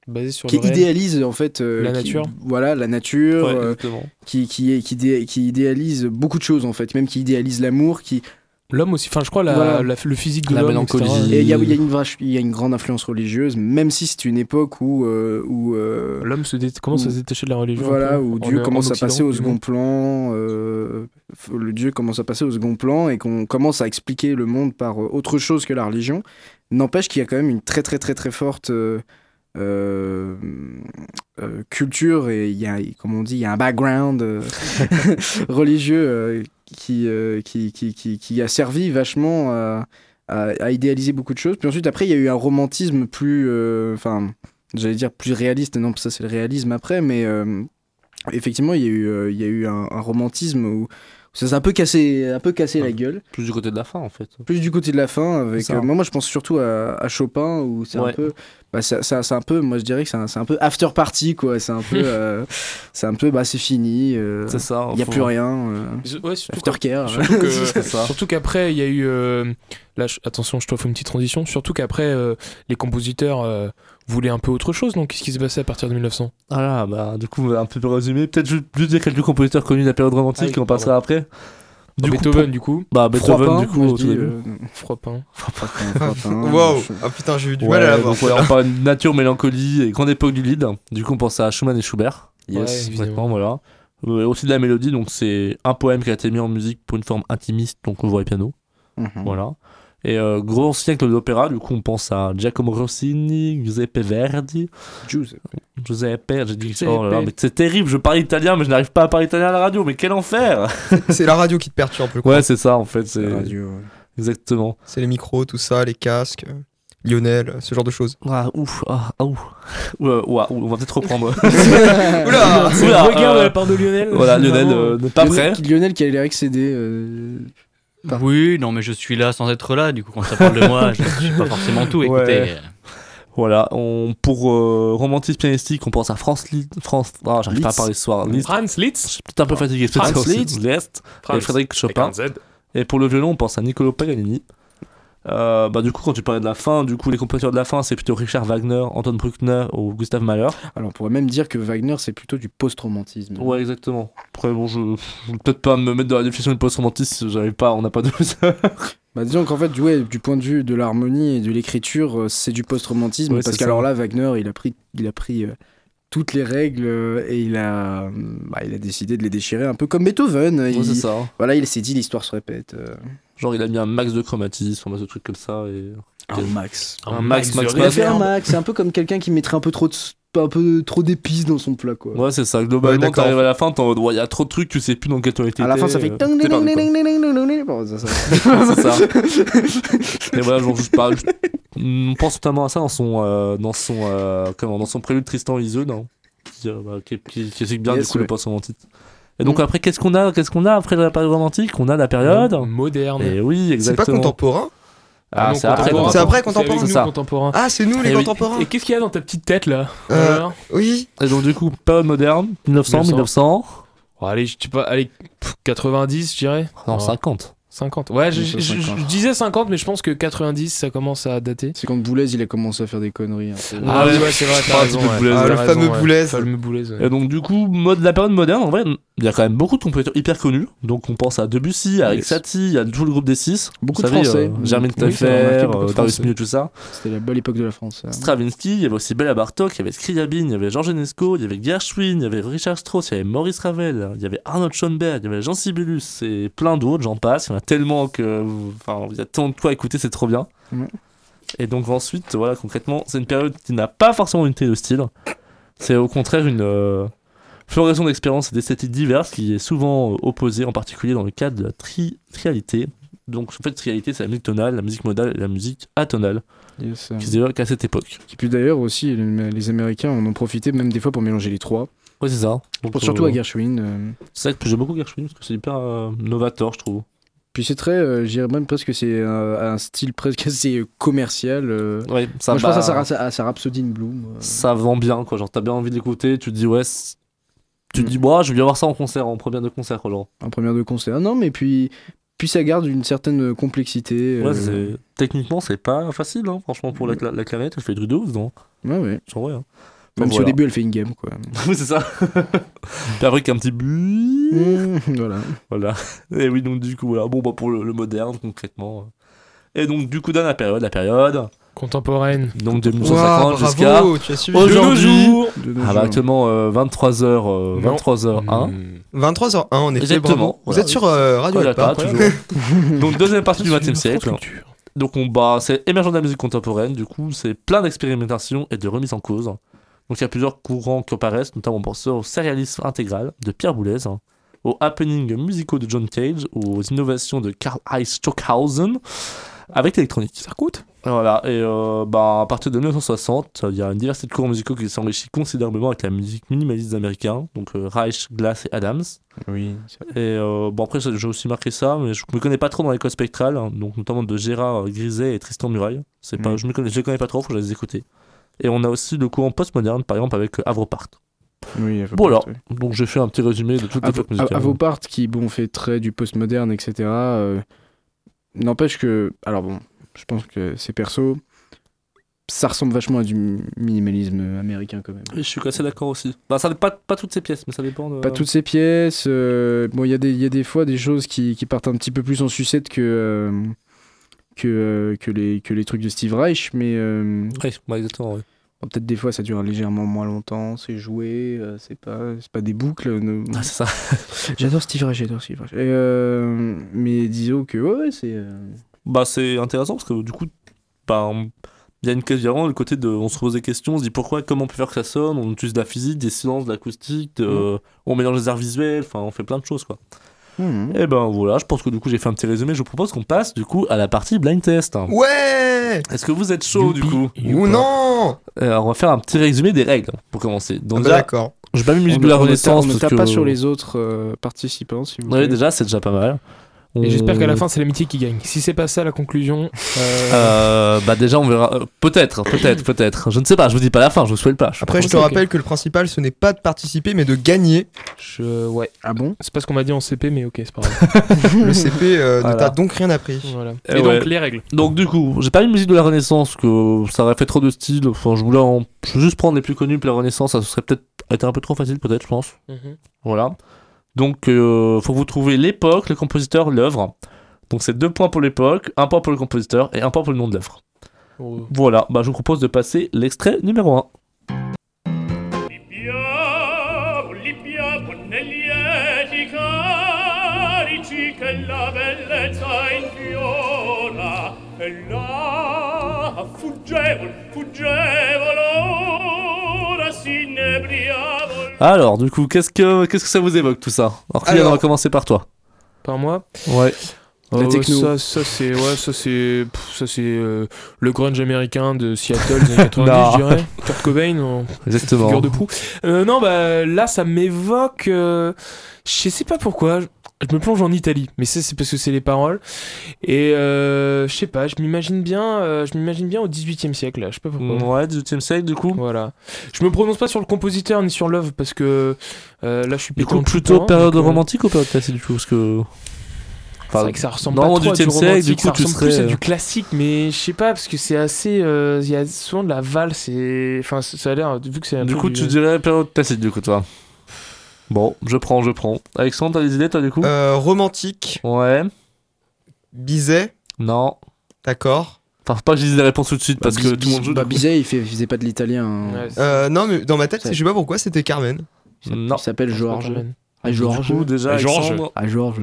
E: Basé sur
F: qui
E: le réel.
F: idéalise en fait euh,
E: La
F: qui-
E: nature.
F: Voilà, la nature.
D: Ouais,
F: euh,
D: exactement.
F: qui, qui, qui, dé- qui idéalise beaucoup de choses en fait, même qui idéalise l'amour, qui
E: L'homme aussi, enfin je crois la-
F: Voilà.
E: la- le physique de
D: La
E: l'homme,
D: mélancolie.
E: etc.
F: et il y a, il y a une vache- il y a une grande influence religieuse, même si c'est une époque où euh, où euh,
E: L'homme se dé- commence à
F: Ou-
E: se détacher de la religion. un
F: voilà
E: peu.
F: où
E: En-
F: Dieu
E: en
F: commence à
E: Occident,
F: passer au
E: du
F: second
E: coup.
F: plan, euh, f- le Dieu commence à passer au second plan et qu'on commence à expliquer le monde par euh, autre chose que la religion. N'empêche qu'il y a quand même une très très très très forte euh, euh, euh, culture et il y a, comme on dit, il y a un background euh, religieux euh, qui, euh, qui, qui, qui, qui a servi vachement à, à, à idéaliser beaucoup de choses. Puis ensuite, après, il y a eu un romantisme plus, euh, enfin, j'allais dire plus réaliste. Non, ça c'est le réalisme après, mais euh, effectivement, il y a eu, euh, il y a eu un, un romantisme où ça s'est un peu cassé, un peu cassé la gueule.
D: Plus euh, du côté de la fin, en fait.
F: Plus du côté de la fin, avec
D: Ça.
F: euh, moi, moi, je pense surtout à, à Chopin où c'est
D: Ouais.
F: un peu bah, ça, ça- c'est un peu, moi je dirais que c'est un, c'est un peu after party, quoi. C'est un peu, euh, c'est un peu, bah c'est fini, euh,
D: C'est hein. ça.
F: il n'y a
D: faut-
F: plus rien. euh,
E: Ouais, surtout que-
F: Aftercare.
E: Surtout que-
D: C'est ça.
E: surtout qu'après, il y a eu. euh, là, je- attention, je te fais une petite transition. Surtout qu'après, euh, les compositeurs euh, voulaient un peu autre chose. Donc, qu'est-ce qui s'est passé à partir de 1900
D: Voilà, bah, du coup, un peu résumé. Peut-être juste juste dire quelques compositeurs connus de la période romantique,
E: Ah oui,
D: on passera après.
E: Du
D: coup,
E: Beethoven,
D: pour-
E: du coup. hein.
D: Bah, Beethoven,
F: Frappin,
D: du coup,
F: moi, je
D: au tout
F: dis,
D: début.
F: euh,
E: Frappin.
F: Frappin, Frappin,
C: Waouh
F: je-
C: Ah putain, j'ai eu du
D: Ouais,
C: mal à la voir.
D: donc, ouais, on parle de nature, mélancolie et grande époque du lead. Du coup, on pense à Schumann et Schubert.
E: Yes. Ouais, évidemment.
D: complètement, voilà. Euh, aussi de la mélodie, donc c'est un poème qui a été mis en musique pour une forme intimiste, donc on voit les pianos.
F: Mhm.
D: Voilà. Et euh, gros siècle d'opéra, du coup, on pense à Giacomo Rossini, Giuseppe Verdi,
F: Juice.
D: Giuseppe, j'ai dit
E: Giuseppe.
D: oh là là, mais c'est terrible, je parle italien, mais je n'arrive pas à parler italien à la radio, mais quel enfer
C: C'est la radio qui te perturbe, je crois.
D: Ouais, c'est ça, en fait, c'est
F: Radio, ouais.
D: exactement.
C: C'est les micros, tout ça, les casques, euh, Lionel, euh, ce genre de choses.
D: Ah, ouf, ah, ah, ouf. Ouah, ouah, ouh, on va peut-être reprendre.
C: Oula
E: C'est le
D: Oula,
E: regard de
D: euh,
E: la part de Lionel.
D: voilà,
E: c'est
D: Lionel
E: vraiment-
D: euh, n'est pas prêt.
F: Lionel, qui- Lionel qui a l'air excédé. euh,
G: Oui, non, mais je suis là sans être là. Du coup, quand ça parle de moi, je ne suis pas forcément tout. Écoutez,
D: Ouais. Voilà, on, pour euh, romantisme pianistique, on pense à France Liszt. France, ah, j'arrive pas à
F: Liszt.
D: parler ce soir. Liszt.
E: Franz
D: Je
E: Liszt.
D: suis peut-être un peu fatigué. c'est
E: Franz
D: ça aussi.
E: Liszt.
D: Liszt. Et
E: Franz
D: Frédéric
E: avec un
D: Chopin.
E: Z.
D: Et pour le violon, on pense à Niccolo Paganini. Euh, bah, du coup, quand tu parlais de la fin, du coup, les compositeurs de la fin, c'est plutôt Richard Wagner, Anton Bruckner ou Gustav Mahler.
F: Alors on pourrait même dire que Wagner c'est plutôt du post-romantisme.
D: Ouais, exactement. Après, bon, je je vais peut-être pas me mettre dans la définition du post-romantisme, j'arrive pas, on n'a pas de
F: Bah, disons qu'en fait, ouais, du point de vue de l'harmonie et de l'écriture, euh, c'est du post-romantisme.
D: Ouais,
F: parce
D: c'est ça.
F: qu'alors là, Wagner, il a pris, il a pris euh, toutes les règles euh, et il a, euh, bah, il a décidé de les déchirer un peu comme Beethoven.
D: Ouais,
F: il,
D: c'est ça. hein.
F: Voilà, il s'est dit l'histoire se répète. euh,
D: Genre, il a mis un max de chromatisme, un max de trucs comme ça. Et...
F: un max.
D: Un max, max,
F: Il a
D: max.
F: fait un max. C'est un peu comme quelqu'un qui mettrait un peu trop de s- un peu trop d'épices dans son plat quoi.
D: Ouais, c'est ça. Globalement,
C: d'accord.
D: t'arrives à la fin, t'es en mode, ouais, il y a trop de trucs, tu sais plus dans quelle tonalité
F: À la
D: t'es,
F: fin, ça fait.
D: euh,
F: ding,
D: t'es
F: ding,
D: perdu,
F: ding,
D: quoi.
F: ding, ding, ding, ding, ding. Bon, ça, ça-
D: C'est ça. Mais voilà, genre, je parle. On pense notamment à ça dans son, euh, dans son, euh, comment, dans son prélude Tristan et Iseult, hein, qui, euh, bah, qui, qui- qui explique bien
F: Yes,
D: du coup
F: ouais. Mm.
D: le post-romantique. Et donc après, qu'est-ce qu'on a, qu'est-ce qu'on a après la période romantique On a la période.
F: Mm.
E: Moderne.
D: Ah, Et oui,
C: C'est pas
D: exactement.
C: contemporain
D: Ah,
E: non,
D: c'est après.
E: contemporain.
C: C'est
D: contemporain.
C: après
D: C'est
E: C'est avec nous,
C: contemporain
D: ça.
E: contemporain.
C: Ah, c'est nous les
D: Eh oui.
C: contemporains
E: Et qu'est-ce qu'il y a dans ta petite tête là
C: Euh,
E: Alors
C: Oui
D: Et donc du coup, période moderne, 1900,
E: 1900.
D: 1900,
E: Oh, Allez, je sais pas, allez, pff, 90, je dirais.
D: Ah non
E: Oh,
D: 50.
E: 50. Ouais, je, je- je-
F: 50.
E: je disais 50, mais je pense que 90, ça commence à dater.
F: C'est quand Boulez il a commencé à faire des conneries. un peu.
E: Ah
D: Ouais.
E: oui, ouais, c'est vrai,
D: Ah,
E: t'as raison.
D: le
E: ouais.
D: boulez,
E: T'as
C: ah, le
E: raison,
C: fameux
E: ouais.
C: boulez.
E: Fameux boulez, ouais.
D: Et donc du coup, mode la période moderne, en vrai, il y a quand même beaucoup de compositeurs hyper connus. Donc on pense à Debussy, à
F: Yes.
D: Eric Satie, il y a tout le groupe des 6.
F: Beaucoup
D: Vous
F: de
D: savez,
F: Français.
D: euh, Germaine
F: Oui,
D: Tafer,
F: ça a marqué beaucoup de
D: euh, Darius
F: Français.
D: Milhaud, tout ça.
F: C'était la belle époque de la France. ça.
D: Stravinsky, il y avait aussi Béla Bartok, il y avait Scriabine, il y avait Georges Enesco, il y avait Gershwin, il y avait Richard Strauss, il y avait Maurice Ravel, il y avait Arnold Schoenberg, il y avait Jean Sibelius et plein d'autres, j'en passe. Il y en a tellement que. Enfin, il y a tant de quoi écouter, c'est trop bien.
F: Ouais.
D: Et donc ensuite, voilà, concrètement, c'est une période qui n'a pas forcément une unité de style. C'est au contraire une. euh, Floraison d'expériences et d'esthétiques diverses qui est souvent euh, opposée, en particulier dans le cadre de la tri trialité. Donc, en fait, trialité, c'est la musique tonale, la musique modale et la musique atonale,
F: Yes, euh.
D: qui se développe qu'à cette époque.
F: Qui puis d'ailleurs aussi, les, les Américains en ont profité même des fois pour mélanger les trois.
D: Oui, c'est ça. Donc,
F: Pour- surtout
D: euh,
F: à Gershwin. euh.
D: C'est ça que j'ai beaucoup Gershwin parce que c'est hyper euh, novateur, je trouve.
F: Puis c'est très, euh, je dirais même presque que c'est euh, un style presque assez commercial. euh.
D: Ouais, ça
F: Moi, je
D: bah,
F: pense à sa, à sa- à sa Rhapsody in Bloom. euh.
D: ça vend bien, quoi. Genre, t'as bien envie de l'écouter, tu te dis, ouais, c'est- tu te
F: Mm.
D: dis, moi, je vais bien voir ça en concert, en première de concert, quoi. Genre,
F: En première de concert. Ah non, mais puis, puis ça garde une certaine complexité.
D: ouais,
F: euh.
D: c'est- techniquement, c'est pas facile, hein, franchement, pour la, cla- la clarinette, elle fait du 12, non
F: Ouais, ouais.
D: Genre, ouais. Hein.
F: Même si
D: Enfin,
F: au
D: voilà.
F: début elle fait une game, quoi.
D: oui, c'est ça. Puis après, qu'un petit but.
F: Mmh, voilà.
D: Voilà. Et oui, donc, du coup, voilà. Bon, bah, pour le, le moderne, concrètement. euh. Et donc, du coup, dans la période, la période,
E: Contemporaine.
D: donc de
C: Waouh,
D: 1950 jusqu'à.
C: bravo, tu as suivi.
D: Aujourd'hui.
F: De nos
D: Ah, bah,
F: jours.
D: actuellement, 23h, euh,
E: Non.
D: 23h01.
E: Hmm.
C: 23h01, on est
D: Exactement, Oh
C: Bravo. Vous
D: voilà.
C: êtes sur euh,
F: Ah,
C: Radio
D: Voilà,
C: Alpa.
D: pas,
F: hein.
D: toujours. Donc deuxième partie du XXe siècle.
E: France Culture.
D: Donc on bat, c'est émergent de la musique contemporaine. Du coup, c'est plein d'expérimentations et de remises en cause. Donc il y a plusieurs courants qui apparaissent, notamment on pense au sérialisme intégral de Pierre Boulez, hein, aux happenings musicaux de John Cage, aux innovations de Karl Heinz Stockhausen avec l'électronique.
E: Ça coûte
D: Voilà, et euh, bah, à partir de 1960, il y a une diversité de courants musicaux qui s'enrichit considérablement avec la musique minimaliste américaine, donc euh, Reich, Glass et Adams.
F: Oui.
D: Et euh, bon, après, ça- j'ai aussi marqué ça, mais je me connais pas trop dans les codes spectrales, hein, donc notamment de Gérard Griset et Tristan Muraille. C'est pas,
F: Mm.
D: je, me connais, je les connais pas trop, faut que je les écouter. Et on a aussi le courant postmoderne, par exemple, avec euh, Avropart.
F: Oui,
D: Bon, alors, donc j'ai fait un petit résumé de toute l'époque musicale.
F: Avopart qui bon fait très du postmoderne etc euh, n'empêche que alors bon je pense que ces persos ça ressemble vachement à du minimalisme américain quand même
D: Je suis assez d'accord aussi. Bah, ça, pas, pas toutes ces pièces, mais ça dépend. De...
F: pas toutes ces pièces euh, bon il y, a des- il y a des fois des choses qui, qui partent un petit peu plus en sucette que euh, que, euh, que les que les trucs de Steve Reich mais euh,
D: Ouais, ouais, exactement. ouais.
F: bon, peut-être des fois ça dure légèrement moins longtemps c'est joué euh, c'est pas c'est pas des boucles euh, ne-
D: Ah, c'est ça.
F: J'adore Steve Reich, j'adore Steve Reich. Et, euh, mais disons que ouais, ouais, c'est. euh,
D: Bah, c'est intéressant parce que du coup, bah, on- il y a une question, il y a vraiment le côté de. On se pose des questions, on se dit pourquoi, comment on peut faire que ça sonne, on utilise de la physique, des silences, de l'acoustique, de- on mélange les arts visuels, enfin, on fait plein de choses quoi.
F: hmm.
D: Et ben voilà, je pense que du coup, j'ai fait un petit résumé. Je vous propose qu'on passe du coup à la partie blind test.
C: Ouais
D: Est-ce que vous êtes chaud du coup
C: Ou non
D: Euh, On va faire un petit résumé des règles pour commencer.
C: Ah
D: Donc,
C: bah
D: déjà,
C: D'accord.
D: je vais pas mis musique
F: On
D: de
F: ne-
D: la
F: on ne
D: Renaissance.
F: tape- On ne
D: parce
F: tape
D: que-
F: pas sur les autres euh, participants, si vous
D: Ouais,
F: voulez.
D: déjà, c'est déjà pas mal. On-
E: Et j'espère qu'à la fin, c'est l'amitié qui gagne. Si c'est pas ça la conclusion, euh,
D: Euh, bah déjà on verra. euh, Peut-être, peut-être, peut-être. Je ne sais pas, je vous dis pas la fin, je vous souhaite pas. Je-
C: Après, je te
E: Ok.
C: rappelle que le principal, ce n'est pas de participer, mais de gagner.
E: je... ouais.
F: Ah bon
E: C'est pas ce qu'on m'a dit en CP, mais ok, c'est pas grave.
C: Le CP euh,
D: Voilà.
C: ne t'a donc rien appris.
E: voilà.
D: Euh,
E: Et
D: ouais.
E: donc, les règles.
D: Donc du coup, j'ai pas mis de musique de la Renaissance, que ça aurait fait trop de styles. Enfin, je voulais, en- je voulais juste prendre les plus connus, puis la Renaissance, ça serait peut-être été un peu trop facile, peut-être, je pense.
E: Mhm.
D: Voilà. Donc, euh, faut que vous trouver l'époque, le compositeur, l'œuvre. Donc c'est deux points pour l'époque, un point pour le compositeur et un point pour le nom de l'œuvre.
E: Oh.
D: Voilà, bah je vous propose de passer l'extrait numéro 1.
J: Libbia, Libbia, Cornelia carici che la bellezza infiora e là fuggevol, fuggevol ora si inebriavol.
D: Alors, du coup, qu'est-ce que qu'est-ce que ça vous évoque tout ça Alors, Kylian,
C: Alors-
D: on va commencer par toi.
E: Par moi
D: Ouais.
F: La techno.
E: Oh, Ça, ça c'est ouais, ça c'est pff, ça c'est euh, le grunge américain de Seattle des années 90,
D: Non.
E: je dirais. Kurt Cobain en
D: Exactement.
E: figure de proue. Euh, non, bah là ça m'évoque euh, je sais pas pourquoi, je je me plonge en Italie, mais c'est c'est parce que c'est les paroles et euh, je sais pas, je m'imagine bien euh, je m'imagine bien au 18e siècle là, je sais pas pourquoi.
D: Ouais, 18 siècle du coup.
E: Voilà. Je me prononce pas sur le compositeur ni sur l'œuvre parce que euh, là je suis
D: Du
E: pété
D: coup,
E: en tout
D: plutôt
E: temps,
D: période
E: donc, euh,
D: romantique ou période classique du coup Parce que.
E: C'est
D: Enfin,
E: vrai que ça ressemble
D: dans le
E: pas trop à du
D: 18e siècle,
E: romantique,
D: du coup,
E: ça
D: tu
E: ressemble plus
D: serais,
E: à
D: euh,
E: du classique, mais je sais pas, parce que c'est assez... euh, Il y a souvent de la valse et... Enfin, c- ça a l'air, vu que c'est... un
D: du
E: truc
D: coup, tu dirais période classique du coup, toi. Bon, je prends, je prends. Alexandre, t'as des idées toi du coup
C: Euh, romantique,
D: Ouais.
C: Bizet,
D: Non.
C: d'accord.
D: Enfin, faut pas que je dise les réponses tout de suite parce que
F: Bah,
D: tout le monde joue.
F: Bah,
D: du coup.
F: Bizet, il, fait, il faisait pas de l'italien. hein.
E: Ouais, c'est-
C: Euh, non, mais dans ma tête,
F: Ça-
C: je sais pas pourquoi, c'était Carmen.
D: Non.
F: Il s'appelle Georges.
E: Carmen.
F: Ah,
D: Du
F: Georges.
D: coup, déjà,
G: Georges.
D: Alexandre.
F: Ah, Georges.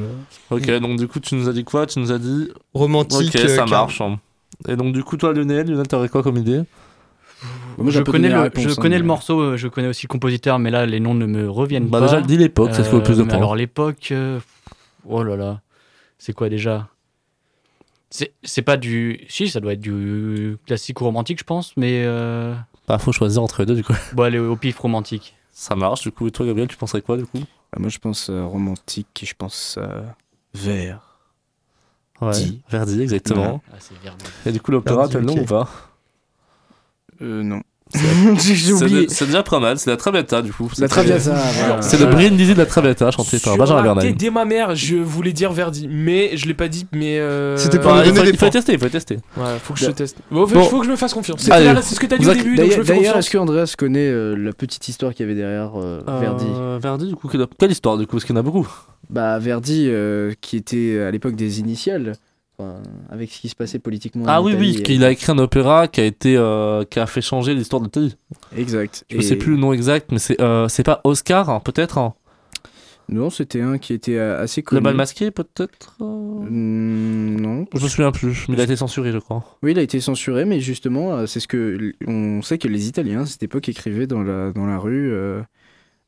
D: Ok, donc du coup, tu nous as dit quoi Tu nous as dit.
C: Romantique.
D: Ok, ça
C: euh, Car-
D: marche. hein. Et donc, du coup, toi, Lionel, Lionel, t'aurais quoi comme idée
F: Moi, j'ai
G: je
F: un peu
G: connais,
F: donné la
G: le,
F: réponse,
G: je
F: hein,
G: connais le
F: mais-
G: morceau, euh, je connais aussi le compositeur, mais là les noms ne me reviennent
D: Bah,
G: pas.
D: déjà, dis l'époque, ça se fait
G: Euh,
D: au plus de
G: mais
D: points.
G: Alors l'époque, euh, oh là là, c'est quoi déjà C'est c'est pas du, si ça doit être du classique ou romantique, je pense, mais euh,
D: Bah, faut choisir entre les deux du coup.
G: bon allez au pif romantique.
D: Ça marche, du coup. Et toi, Gabriel, tu penserais quoi du coup
F: Ah, moi, je pense euh, romantique et je pense euh, vert.
D: Ouais.
F: Di.
D: Verdi, exactement.
F: Ouais.
G: Ah, c'est Verdi.
D: Et du coup, l'opéra,
C: Verdi,
D: t'as le nom
C: ok.
D: ou pas
F: Euh, non. J'ai j'ai
D: C'est
F: oublié.
D: de- C'est déjà pas mal, c'est la Traviata du coup.
F: La
D: C'était-
F: Traviata. voilà.
D: C'est le Brindisi de la Traviata chanté par
E: Sur
D: Benjamin
E: la
D: Bernheim.
E: tête de ma mère, je voulais dire Verdi, mais je l'ai pas dit, mais... euh,
C: C'était pas-
D: Bah,
C: Pour
D: il,
C: nous
D: faut,
C: donner
D: il
C: des
D: faut
C: points.
D: tester, il faut tester.
E: Voilà, faut que je teste. Bon, en fait,
D: Bon.
E: faut que je me fasse confiance.
D: Allez.
E: C'était là, là, C'est ce que t'as dit au
D: Vous
E: début, donc je
F: D'ailleurs,
E: me fais
F: d'ailleurs,
E: confiance.
F: est-ce que Andreas connaît euh, la petite histoire qu'il y avait derrière euh, Verdi
D: Euh, Verdi, du coup, quelle, quelle histoire du coup Parce qu'il y en a beaucoup.
F: Bah Verdi, euh, qui était à l'époque des initiales, enfin, avec ce qui se passait politiquement. en
D: Ah oui,
F: Italie, euh,
D: oui, qu'il a écrit un opéra qui a, été, euh, qui a fait changer l'histoire de l'Italie.
F: Exact.
D: Je
F: Et-
D: sais plus le nom exact, mais c'est euh, c'est pas Oscar, hein, peut-être hein
F: Non, c'était un qui était euh, assez
D: Le
F: connu.
D: bal masqué, peut-être
F: Mm,
D: euh,
F: Non.
D: Je me souviens plus, mais il a été censuré, je crois.
F: Oui, il a été censuré, mais justement, euh, c'est ce que l- on sait que les Italiens à cette époque écrivaient dans la dans la rue. euh,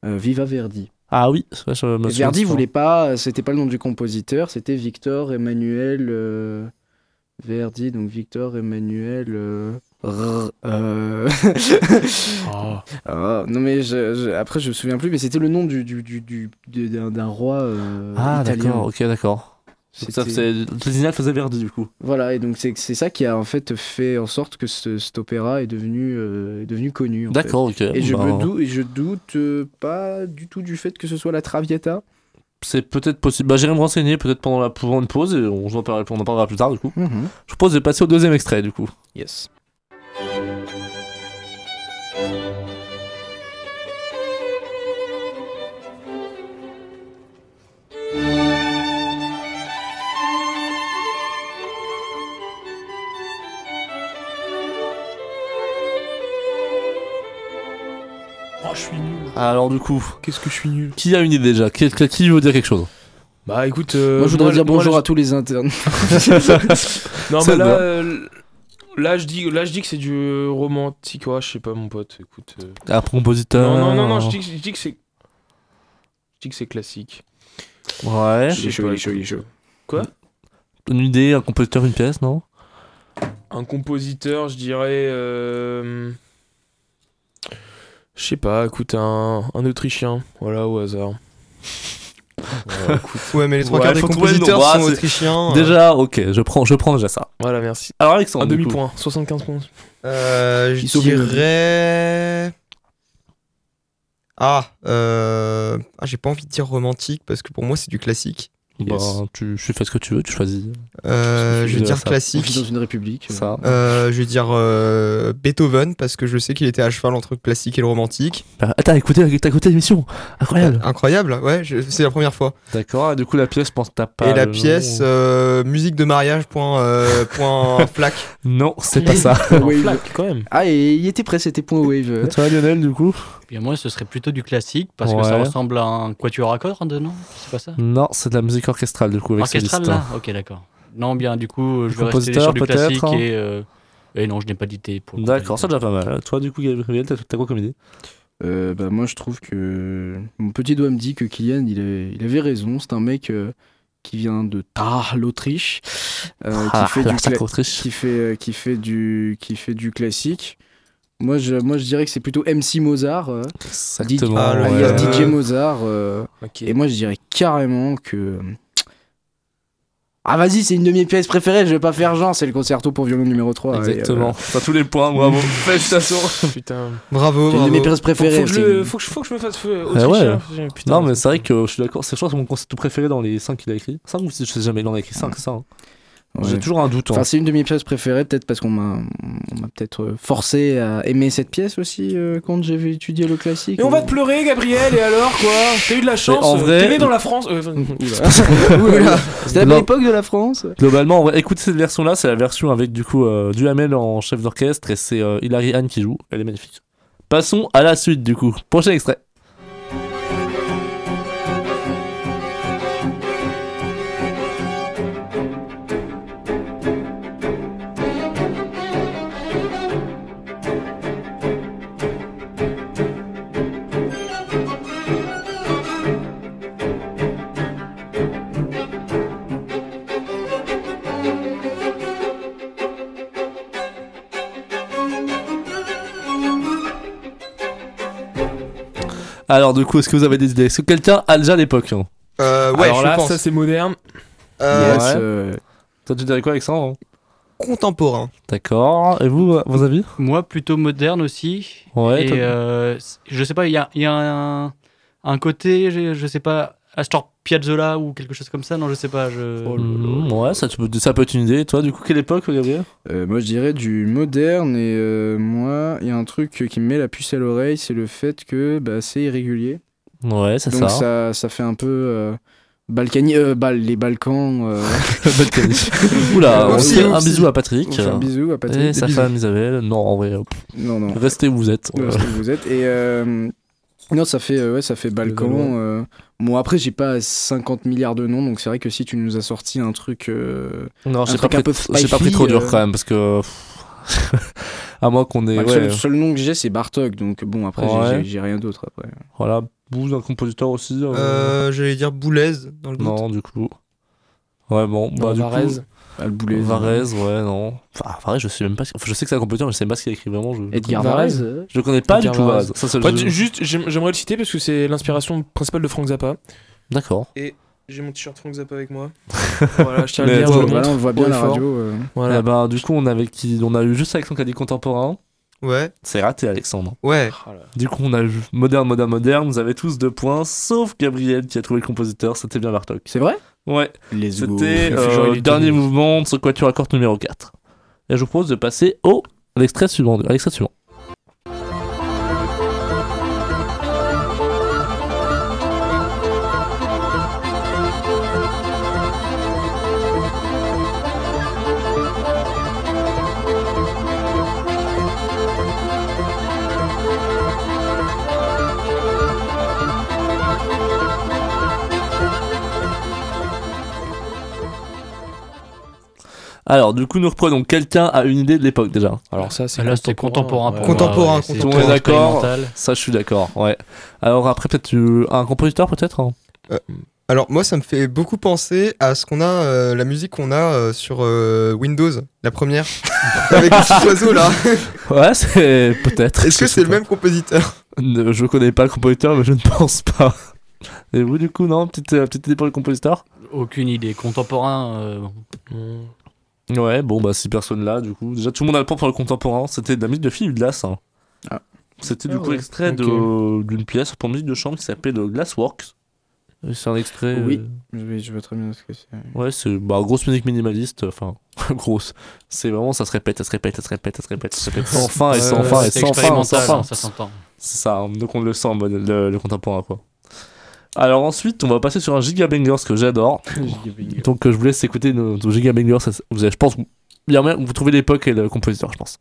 F: euh, Viva Verdi.
D: Ah oui, c'est vrai, je me
F: Et
D: souviens
F: Verdi
D: de ça.
F: voulait pas, c'était pas le nom du compositeur, c'était Victor Emmanuel euh, Verdi, donc Victor Emmanuel. euh, R- euh,
D: Oh.
F: Ah, non mais je, je- après je me souviens plus mais c'était le nom du, du, du, du- de- d'un, d'un roi euh,
D: Ah
F: italien.
D: d'accord, ok, d'accord. Ça faisait- le signal faisait Verdi du coup.
F: Voilà, et donc c'est c'est ça qui a en fait fait en sorte que ce- cet opéra est devenu, euh, est devenu connu. en fait.
D: D'accord, ok.
F: Et je,
D: Bah,
F: me dou- et je doute euh, pas du tout du fait que ce soit la Traviata.
D: C'est peut-être possible. Bah, j'irai me renseigner peut-être pendant, la, pendant une pause et on, en parlera, on en parlera plus tard du coup. Je propose de passer au deuxième extrait du coup.
F: Yes.
E: Oh, je suis nul.
D: Alors du coup,
E: Qu'est-ce que je suis nul
D: qui a une idée déjà qui, qui- qui veut dire quelque chose
E: Bah écoute. euh,
F: moi, je voudrais
E: moi,
F: dire
E: moi,
F: bonjour
E: je-
F: à tous les internes.
E: Non,
D: Ça
E: mais là,
D: doit.
E: euh, là, je dis, là, je dis que c'est du romantique. Ouais, je sais pas, mon pote. Écoute. euh,
D: Un compositeur
E: Non, non, non,
F: Euh.
E: non, je dis, je dis que c'est. Je dis que c'est classique.
D: Ouais.
E: Je sais
F: chaud,
E: pas,
F: Eh, il est chaud, il est
E: écoute,
D: Une idée, un compositeur, une pièce, non
E: Un compositeur, je dirais. euh, Je sais pas, écoute, un, un Autrichien. Voilà, au hasard. Voilà, écoute.
C: Ouais, mais les trois
D: Ouais,
C: quarts des
D: faut trouver le nom.
C: compositeurs
D: Bah,
C: sont
D: c'est-
C: autrichiens. euh.
D: Déjà, ok, je prends, je prends déjà ça.
E: Voilà, merci.
D: Alors Alexandre,
E: Un
D: du coup.
E: demi-point, 75 points.
C: Euh, je
F: Ils sont venus.
C: dirais. Ah, euh... ah, j'ai pas envie de dire romantique parce que pour moi c'est du classique.
D: Bah,
F: Yes.
D: tu, tu fais ce que tu veux, tu choisis.
C: Euh,
D: Je
C: je vais
D: dirais
C: dire
D: ça.
F: On vit dans
C: classique.
F: une république.
D: Ça.
C: Euh, je vais dire euh, Beethoven parce que je sais qu'il était à cheval entre le classique et le romantique.
D: Bah, ah, t'as écouté, t'as écouté l'émission Incroyable
C: Incroyable, ouais, je- c'est la première fois.
D: Ah, D'accord, et du coup la pièce, je pense que t'as pas.
C: et la
D: le nom.
C: pièce euh, musique de mariage point, euh, point flac.
D: Non, c'est pas ça.
F: Euh,
E: En
F: Wave.
E: flaque, quand même.
F: Ah, et il était prêt, c'était point Wave.
D: toi Lionel, du coup
G: Bien moi, ce serait plutôt du classique parce que ça
D: Ouais.
G: ressemble à un quatuor à cordes, non C'est pas ça
D: Non, c'est de la musique orchestrale, du coup, avec
G: Orchestral
D: soliste.
G: là Ok, d'accord. Non, bien, du coup, euh, je vais rester
D: Compositeur,
G: sur du classique
D: peut-être, hein.
G: et. euh, Et non, je n'ai pas d'idée pour. le
D: D'accord, c'est
G: compositeur.
D: déjà pas mal. Toi, du coup, Gabriel, t'as t'as quoi comme idée
F: Euh, bah, moi, je trouve que mon petit doigt me dit que Kylian, il, est- il avait raison. C'est un mec euh, qui vient de Tar, l'Autriche, euh,
D: Ah,
F: qui fait
D: la
F: du cla-
D: sacre autriche.
F: qui fait, euh, qui fait, du, qui fait du classique. Moi je, moi, je dirais que c'est plutôt MC Mozart, euh,
D: Exactement.
C: Ah, le-
D: ouais.
F: alias
C: Euh,
F: DJ Mozart. euh, Et moi, je dirais carrément que. Ah, vas-y, c'est une de mes pièces préférées, je vais pas faire genre, c'est le concerto pour violon numéro 3. et, euh,
D: Exactement. T'as tous les points, bravo. Félicitations.
E: Putain.
C: Bravo,
F: c'est une de
C: bravo.
F: mes pièces
E: Faut,
F: préférées.
E: que
F: c'est
E: je, le-
F: une-
E: faut, que je, faut que je me fasse feu.
D: Eh ouais.
E: Autrichien, putain.
D: Non, mais c'est vrai que je suis d'accord. C'est, je crois que c'est mon concept préféré dans les 5 qu'il a écrit. 5 ou 6, je sais jamais. Il en a écrit 5, ça. hein.
F: Ouais.
D: J'ai toujours un doute. hein.
F: Enfin, c'est une de mes pièces préférées, peut-être parce qu'on m'a, on m'a peut-être euh, forcé à aimer cette pièce aussi euh, quand j'avais étudié le classique.
E: Et on va te pleurer, Gabriel, et alors quoi T'as eu de la chance
D: en
E: euh,
D: vrai-
E: T'es né dans la France euh, enfin,
F: Oula. Oula. C'était à
D: Non.
F: l'époque de la France.
D: euh, Globalement, en vrai, écoute cette version-là. C'est la version avec du coup euh, Duhamel en chef d'orchestre et c'est euh, Hilary Hahn qui joue. Elle est magnifique. Passons à la suite du coup. Prochain extrait. Alors, du coup, est-ce que vous avez des idées Est-ce que quelqu'un a déjà l'époque hein
C: Euh, ouais,
E: Alors
C: je
E: là,
C: pense.
E: ça c'est moderne.
C: Euh,
F: Yes,
D: ouais.
F: euh,
D: Toi, tu dirais quoi, Alexandre hein
C: Contemporain.
D: D'accord. Et vous, euh, vos avis
G: Moi, plutôt moderne aussi.
D: Ouais,
G: Et
D: toi-
G: euh, c- je sais pas, il y a, il y a un, un côté, je, je sais pas, Astor Piazzolla ou quelque chose comme ça. Non, je sais pas. Je...
D: Mm, Ouais, ça, tu peux- ça peut être une idée. Toi, du coup, quelle époque, Gabriel
F: Euh, moi, je dirais du moderne et euh, moi, il y a un truc qui me met la puce à l'oreille, c'est le fait que bah, c'est irrégulier.
D: Ouais, c'est
F: Donc
D: ça.
F: ça, ça fait un peu euh, Balkany, euh, Bal- les Balkans. euh,
D: Bonne qualité. Oula, on
C: Oupsi,
D: fait un
C: oupsi.
D: bisou à
F: on
D: Patrick.
F: fait un bisou à Patrick.
D: Et
F: des
D: sa
F: bisous.
D: femme Isabelle, non en vrai, euh,
F: Non, non.
D: restez où vous êtes.
F: Ouais, c'est où vous êtes. Et euh, non, ça fait, euh, ouais, ça fait Balkan.
D: Valois.
F: euh, bon, après, j'ai pas 50 milliards de noms, donc c'est vrai que si tu nous as sorti un truc. euh,
D: Non, j'ai pas,
F: truc un peu
D: pris, j'ai pas pris
F: spicy,
D: trop dur
F: euh.
D: quand même parce que pff, à moins qu'on ait
F: bah, le
D: ouais,
F: seul, seul nom que j'ai, c'est Bartok, donc bon, après, j'ai-
D: Ouais.
F: j'ai- j'ai rien d'autre après.
D: voilà, bouse d'un compositeur aussi. euh,
C: Euh, J'allais dire Boulez dans le doute.
D: non, du coup. Ouais bon, bah du
E: Varese.
D: coup
F: Ah, le boulet.
D: Varese, ouais, non. Enfin, Varese, je sais même pas si- enfin, je sais que c'est un compositeur mais je sais pas ce qu'il a écrit vraiment, je
F: Edgar
E: Varese.
F: Varese. euh,
D: je connais pas du
E: Edgar
D: tout
E: Varese.
D: Varese. Ça, c'est-
E: Ouais,
D: je-
E: tu- juste, j'aime- j'aimerais le citer parce que c'est l'inspiration principale de Frank Zappa.
D: D'accord.
E: Et J'ai mon t-shirt Frank Zappa avec moi. voilà, je tiens à le
D: Mais bah
E: dire, je
D: attends,
E: le
D: voilà,
E: montre
F: on voit
E: haut
F: bien
E: et
F: la
E: fort.
F: radio. euh.
E: Voilà.
D: Eh ben, du coup, on, avait qui... on a eu juste Alexandre qui a dit contemporain.
C: Ouais,
D: C'est raté, Alexandre.
C: ouais.
D: Du coup, on a eu moderne, moderne, moderne. Vous avez tous deux points, sauf Gabriel qui a trouvé le compositeur. C'était bien Bartok.
F: C'est vrai
D: Ouais,
F: Les
D: c'était
E: go. Genre,
D: euh,
E: il était
D: dernier
E: nul.
D: mouvement de ce quatuor à cordes numéro 4. Et je vous propose de passer au à l'extrait suivant. à l'extrait suivant. Alors, du coup, nous reprenons. Quelqu'un a une idée de l'époque déjà
E: Alors ça, c'est
G: Ah, Là, c'était contemporain. pour moi,
C: Contemporain,
G: ouais, c'est
C: contemporain.
G: trop
D: On est d'accord.
G: expérimental.
D: Ça, je suis d'accord. Ouais. Alors après, peut-être euh, un compositeur, peut-être. hein
C: Alors moi ça me fait beaucoup penser à ce qu'on a, euh, la musique qu'on a euh, sur euh, Windows, la première, avec le petit oiseau là.
D: Ouais, c'est peut-être.
C: Est-ce que
D: Je sais
C: c'est le
D: pas.
C: même compositeur
D: Ne- Je connais pas le compositeur, mais je ne pense pas. Et vous, du coup, non petite, euh, petite idée pour le compositeur
G: Aucune idée. Contemporain. euh,
D: Hmm. Ouais, bon, bah, ces personnes-là, du coup. Déjà, tout le monde a le point pour le contemporain. C'était de la musique de Philippe Glass. hein.
F: Ah.
D: C'était,
E: Ah
D: du coup,
E: ouais,
D: extrait de- d'une pièce pour musique de chambre qui s'appelait le Glassworks. Et C'est un extrait. euh,
F: Oui. Oui, je vois très bien ce que c'est.
D: Ouais, c'est bah, grosse musique minimaliste, enfin grosse. C'est vraiment ça se répète, ça se répète, ça se répète, ça se répète, ça se répète sans fin et sans
E: Ouais,
D: fin et
G: euh, c'est
D: sans fin, sans
G: expérimental,
D: fin.
G: hein, ça s'entend.
D: C'est ça, hein, donc on le sent en mode le, le contemporain quoi. Alors ensuite, on va passer sur un Gigabanger ce que j'adore. donc euh, je vous laisse écouter nos, nos Gigabangers, ça, vous avez, je pense bien bien vous trouvez l'époque et le compositeur, je pense.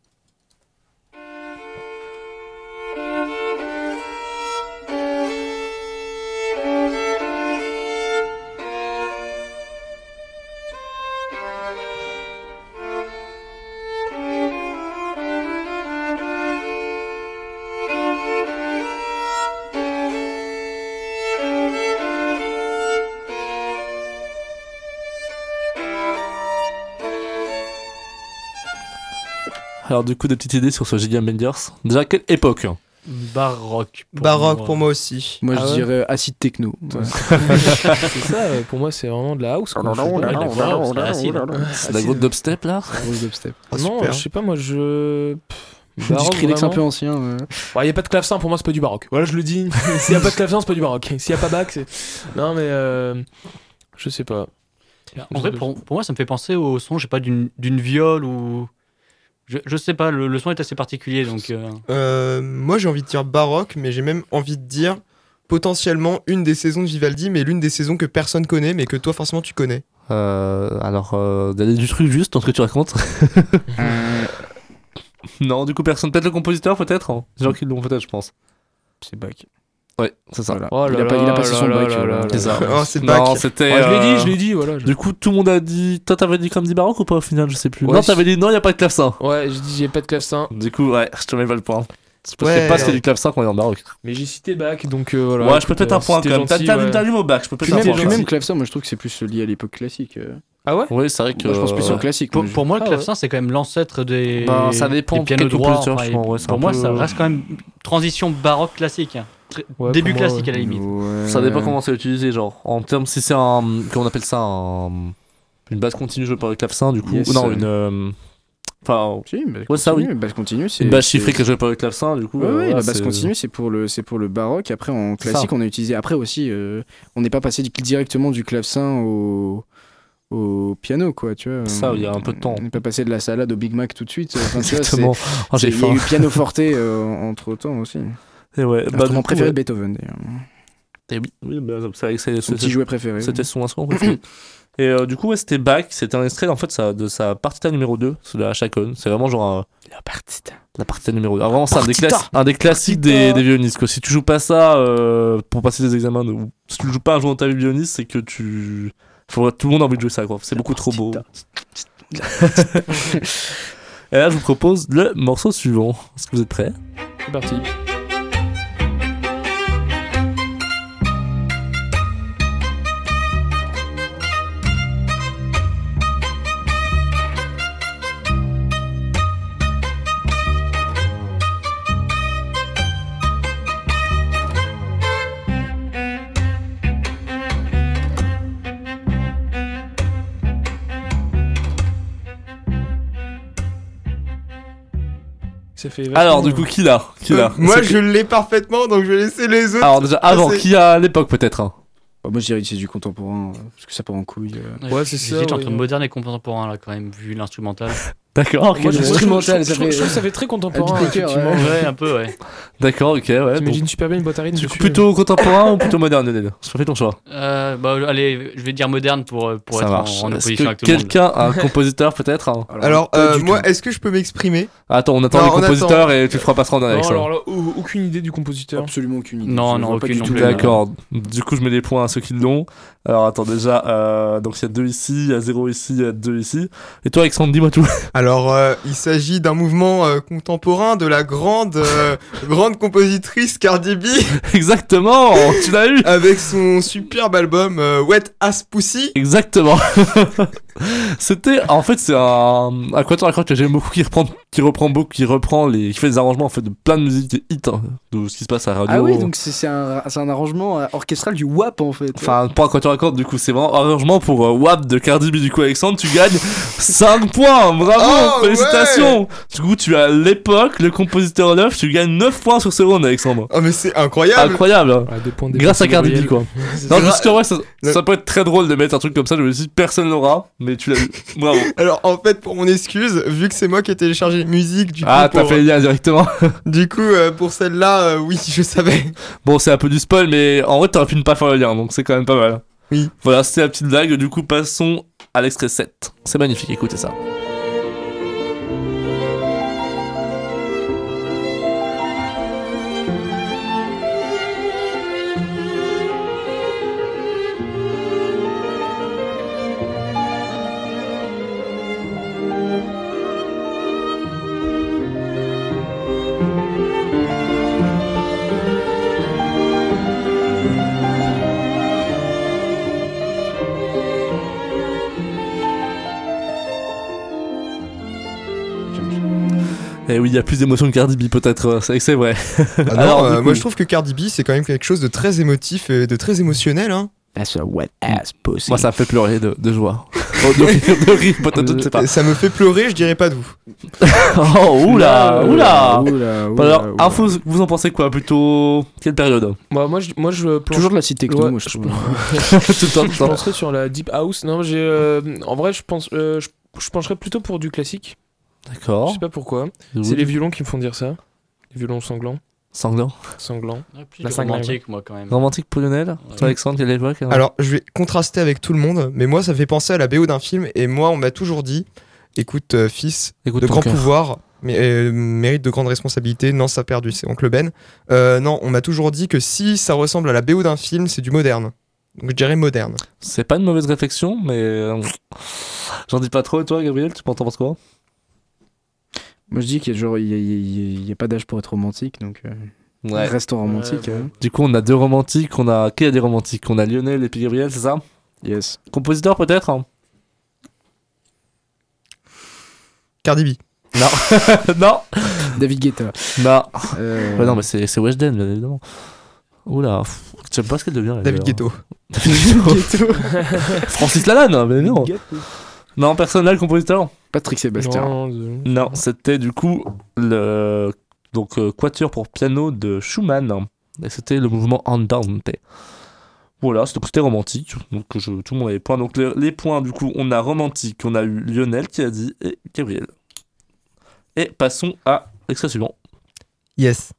D: Alors du coup, des petites idées sur ce Gigabangers. Déjà quelle époque hein
G: Baroque. pour
C: Baroque
G: moi.
C: pour moi aussi.
F: Moi,
E: Ah
F: je
E: ouais
F: dirais acide techno.
E: c'est ça, euh, pour moi, c'est vraiment de la house. quoi. Je sais
G: Ouais,
E: pas.
G: la
D: Oh,
G: voix, c'est acide.
D: Ah, C'est la groupe dubstep là
F: Grosse dubstep.
C: Oh,
E: non,
C: super.
E: je sais pas, moi, je. Pff,
F: Du
E: baroque,
F: Skrillex un
E: vraiment.
F: peu ancien. ouais.
E: Il n'y a pas de clavecin, pour moi, c'est pas du baroque. Voilà, je le dis. S'il n'y a pas de clavecin, c'est pas du baroque. S'il n'y a pas bac, c'est. Non, mais. euh, Je sais pas.
G: En vrai, pour, pour moi, ça me fait penser au son, je sais pas, d'une d'une viole ou. Je, je sais pas, le, le son est assez particulier donc. euh,
C: Euh, moi j'ai envie de dire baroque, mais j'ai même envie de dire potentiellement une des saisons de Vivaldi, mais l'une des saisons que personne connaît, mais que toi forcément tu connais.
D: Euh, alors, euh, d'aller du truc juste dans ce que tu racontes. non, du coup, personne. Peut-être le compositeur, peut-être. hein. Les gens qui l'ont, peut-être, je pense.
F: C'est bac.
D: Ouais, c'est ça.
F: Voilà.
E: Oh là
F: il, a pas,
E: là
F: il a passé
E: là
F: son
E: là
F: bac.
E: là
F: euh,
E: là
F: voilà.
E: là.
D: C'est ça.
C: Oh, c'est
D: Non,
C: bac.
D: c'était.
E: Ouais, je l'ai dit, je
D: euh,
E: l'ai dit, voilà. je-
D: Du coup, tout le monde a dit. Toi, t'avais dit comme dit Baroque ou pas au final Je sais plus.
E: Ouais,
D: non,
E: si.
D: t'avais dit non, y a pas de clavecin.
E: Ouais, j'ai dit, j'ai pas de clavecin.
D: Du coup, ouais, je te mets pas le point. C'est parce que
C: Ouais.
D: pas ce qu'il y a du clavecin quand on est en Baroque.
E: Mais j'ai cité bac, donc euh,
D: Ouais,
E: voilà.
D: je peux peut-être un
E: Écoute, euh,
D: point quand
E: c'était
D: même. T'as
E: gentil,
D: t'as-
E: ouais.
D: t'as lu mon bac, je peux
F: Puis
D: peut-être un
F: même,
D: point.
F: puis
D: quand
F: même
D: même.
F: clavecin, moi je trouve que c'est plus lié à l'époque classique. euh.
E: Ah ouais
D: Oui, c'est vrai que.
F: Moi, je pense plus
D: euh,
F: au classique.
G: Pour,
F: moi, je-
G: pour moi, le
E: Ah,
G: clavecin, c'est quand même l'ancêtre des.
D: Bah, ça dépend
G: des
D: de
G: pianos
D: quel
G: droits.
D: compositeur,
G: enfin,
D: je
G: et
D: crois, ouais, c'est un
G: pour moi,
D: peu-
G: ça reste quand même transition baroque classique. hein. Tr-
E: Ouais,
G: Début
E: pour moi,
G: classique à la limite.
F: Ouais.
D: Ça dépend comment c'est utilisé, genre. En termes, si c'est un. Comment on appelle ça un- Une base continue jouée par le clavecin, du coup.
F: Yes.
D: Non, une. euh, Enfin,
F: Si, une basse
D: Ouais, ça, oui. Bah,
F: continue, une basse continue, c'est.
D: une base
F: c'est-
D: chiffrée que jouée par le clavecin, du coup.
F: Ouais,
D: euh,
F: ouais,
D: voilà,
F: la basse
D: c'est-
F: continue, c'est pour le, c'est pour le baroque. Après, en
D: Ça.
F: classique, on a utilisé. Après aussi, euh, on n'est pas passé du- directement du clavecin au, au piano, quoi. Tu vois.
D: Ça, il y a un peu de temps.
F: On n'est pas passé de la salade au Big Mac tout de suite. Enfin, tu vois, c'est-
D: Exactement. Ah,
F: c'est-
D: j'ai
F: Il y a
D: faim.
F: eu piano forte entre temps aussi.
D: Et ouais, bah,
F: Mon
D: du coup,
F: préféré
D: ouais.
F: de Beethoven d'ailleurs.
D: Et oui, oui, bah, c'est vrai que c'est-
F: Son
D: c'est-
F: petit jouet préféré.
D: c'était son instrument préféré. Et euh, du coup, ouais, c'était Bach, c'était un extrait en fait ça, de sa partita numéro 2, c'est de la Chacon. C'est vraiment genre un-
F: La partita.
D: la partita numéro 2. Ah, vraiment, c'est un, des
F: Partita.
D: classi- un des classiques des, des violonistes. Quoi. Si tu joues pas ça euh, pour passer des examens, de- ou si tu joues pas un jour dans ta vie de violoniste, c'est que tu. Faut, tout le monde a envie de jouer ça, quoi. C'est beaucoup trop beau. Et là, je vous propose le morceau suivant. Est-ce que vous êtes prêts
E: C'est parti. Ça fait vachement-
D: Alors, du coup, qui l'a Qui
C: Euh,
D: l'a
C: moi,
D: C'est-
C: je l'ai parfaitement, donc je vais laisser les autres.
D: Alors, déjà, avant,
C: c'est-
D: qui a à l'époque, peut-être hein
F: Bah, moi je dirais que c'est du contemporain, euh, parce que ça part en couille. euh.
E: Ouais, c'est ça,
G: J'hésite
E: ouais.
G: entre moderne et contemporain, là, quand même, vu l'instrumental.
D: D'accord, ok.
E: Moi, je-
D: d'accord.
F: Instrumental,
E: je- je-
F: ça fait-
E: Je trouve que ça fait très contemporain,
F: Happy Baker,
E: effectivement.
G: ouais, un peu, ouais.
D: D'accord, ok, ouais. bon.
E: T'imagines super bien une boîte à rythme
D: Du coup,
E: dessus.
D: plutôt contemporain ou plutôt moderne, Lionel Je fais ton choix.
G: Euh, bah, allez, je vais dire moderne pour, euh, pour
D: Ça
G: être en-
D: marche.
G: en,
D: Est-ce
G: opposition
D: que
G: avec tout le monde.
D: quelqu'un, un compositeur peut-être hein Ah,
C: Alors,
F: Ah, pas
C: euh,
F: du
C: moi,
F: tout.
C: est-ce que je peux m'exprimer
D: Attends, on attend
C: Non,
D: les
C: on attend.
D: compositeurs et tu le feras passer en
E: Non,
D: direct. ça.
E: alors là, au- aucune idée du compositeur.
F: absolument aucune idée.
G: Non,
F: Je
G: non,
F: vois pas
G: aucune
F: du
G: non
F: tout.
G: plus.
D: D'accord. Du coup, je mets les points à ceux qui l'ont. Alors, attends, déjà, euh, donc il y a deux ici, il y a zéro ici, il y a deux ici. Et toi, Alexandre, dis-moi tout.
C: Alors, euh, il s'agit d'un mouvement euh, contemporain de la grande, euh, grande compositrice Cardi B
D: Exactement Tu l'as eu
C: avec son superbe album euh, Wet Ass Pussy.
D: Exactement. C'était en fait c'est un un quatuor à cordes que j'aime beaucoup qui reprend qui reprend beaucoup qui reprend les qui fait des arrangements en fait de plein de musique des hits hein, de ce qui se passe à la radio.
F: Ah oui, donc c'est c'est un, c'est un arrangement euh, orchestral du WAP en fait.
D: Enfin, pour un quatuor à cordes, du coup, c'est vraiment arrangement pour euh, WAP de Cardi B. Du coup, Alexandre, tu gagnes 5 points. Bravo,
C: Oh,
D: félicitations. Du coup, tu as l'époque, le compositeur neuf, tu gagnes 9 points sur seconde, Alexandre.
C: Oh, mais c'est incroyable!
D: Incroyable. hein.
E: Ah, deux points de
D: Grâce à
E: dépense de
D: Cardi B, quoi.
E: Gabriel. C'est
D: Non,
E: ça.
D: parce que ouais, ça,
C: Le-
D: ça peut être très drôle de mettre un truc comme ça. Je me dis, personne l'aura, mais tu l'as eu. Bravo.
C: Alors, en fait, pour mon excuse, vu que c'est moi qui ai téléchargé la musique, du coup,
D: Ah, t'as
C: pour-
D: fait le lien directement.
C: du coup euh, pour celle-là, euh, oui, je savais.
D: Bon, c'est un peu du spoil, mais en vrai, t'aurais pu ne pas faire le lien, donc c'est quand même pas mal.
C: Oui.
D: Voilà, c'était la petite blague. Du coup, passons à l'extrait 7. C'est magnifique, écoutez ça. Et Eh oui, il y a plus d'émotion que Cardi B, peut-être. euh, C'est c'est vrai.
C: Ah non,
D: Alors,
C: euh,
D: du coup-
C: moi je trouve que Cardi B c'est quand même quelque chose de très émotif et de très émotionnel. Hein.
F: That's a wet ass pussy.
D: Moi, ça me fait pleurer de, de joie. Oh, de rire, de rire, peut-être, je ne sais pas.
C: Et Euh, Ça me fait pleurer, je dirais pas d'où.
D: Oh, oula, oula.
F: oula,
D: Bah,
F: oula,
D: Alors,
F: oula.
D: info, vous en pensez quoi Plutôt. Quelle période
E: Bah, moi, je, moi, je planche-
F: Toujours de la cité techno,
E: Ouais,
F: moi je trouve.
D: Tout le temps, tout le
E: Je
D: temps.
E: penserais sur la deep house. Non, j'ai euh, en vrai, je pense, euh, je, je pencherais plutôt pour du classique. Je
D: D'accord.
E: sais pas pourquoi.
D: Oui.
E: C'est les violons qui me font dire ça. Les violons sanglants,
D: Sanglant.
E: sanglants.
G: Ouais, plus
E: La
G: du
E: cinq,
G: romantique, moi, quand même.
D: Romantique pour Lionel Toi, Alexandre, quelle époque hein
C: Alors je vais contraster avec tout le monde, mais moi ça fait penser à la BO d'un film et moi on m'a toujours dit écoute euh, fils,
D: Écoute
C: de
D: ton
C: grand
D: cœur.
C: pouvoir mais, euh, mérite de grandes responsabilités. Non, ça a perdu, c'est Oncle Ben. Euh, non, on m'a toujours dit que si ça ressemble à la BO d'un film, c'est du moderne. Donc je dirais moderne.
D: C'est pas une mauvaise réflexion, mais. euh, J'en dis pas trop. Et toi, Gabriel, tu penses quoi
F: Moi je dis qu'il y a genre, il y a, il y a- il y a pas d'âge pour être romantique, donc euh, restons romantiques.
G: Ouais, ouais.
F: hein.
D: Du coup, on a deux romantiques. On a. Qui a des romantiques On a Lionel et puis Gabriel, c'est ça
F: Yes.
D: Compositeur, peut-être hein
C: Cardi B.
D: Non
F: David Guetta.
D: Non
F: Euh,
D: Ouais, non, mais c'est c'est Weshden, bien évidemment. Oula, pff, j'aime pas ce qu'elle devient. elle,
C: David
D: d'ailleurs.
C: Guetto.
D: David Guetto. Francis Lalanne, hein, bien évidemment. Non, personne là, le compositeur
F: Patrick Sébastien.
E: Non, non,
D: Non, c'était du coup le. Donc, euh, Quatuor pour piano de Schumann. Et c'était le mouvement Andante. Voilà, c'est- donc c'était romantique. Donc, je, tout le monde avait les points. Donc, les, les points, du coup, on a romantique, on a eu Lionel qui a dit et Gabriel. Et passons à l'extrait suivant.
C: Yes.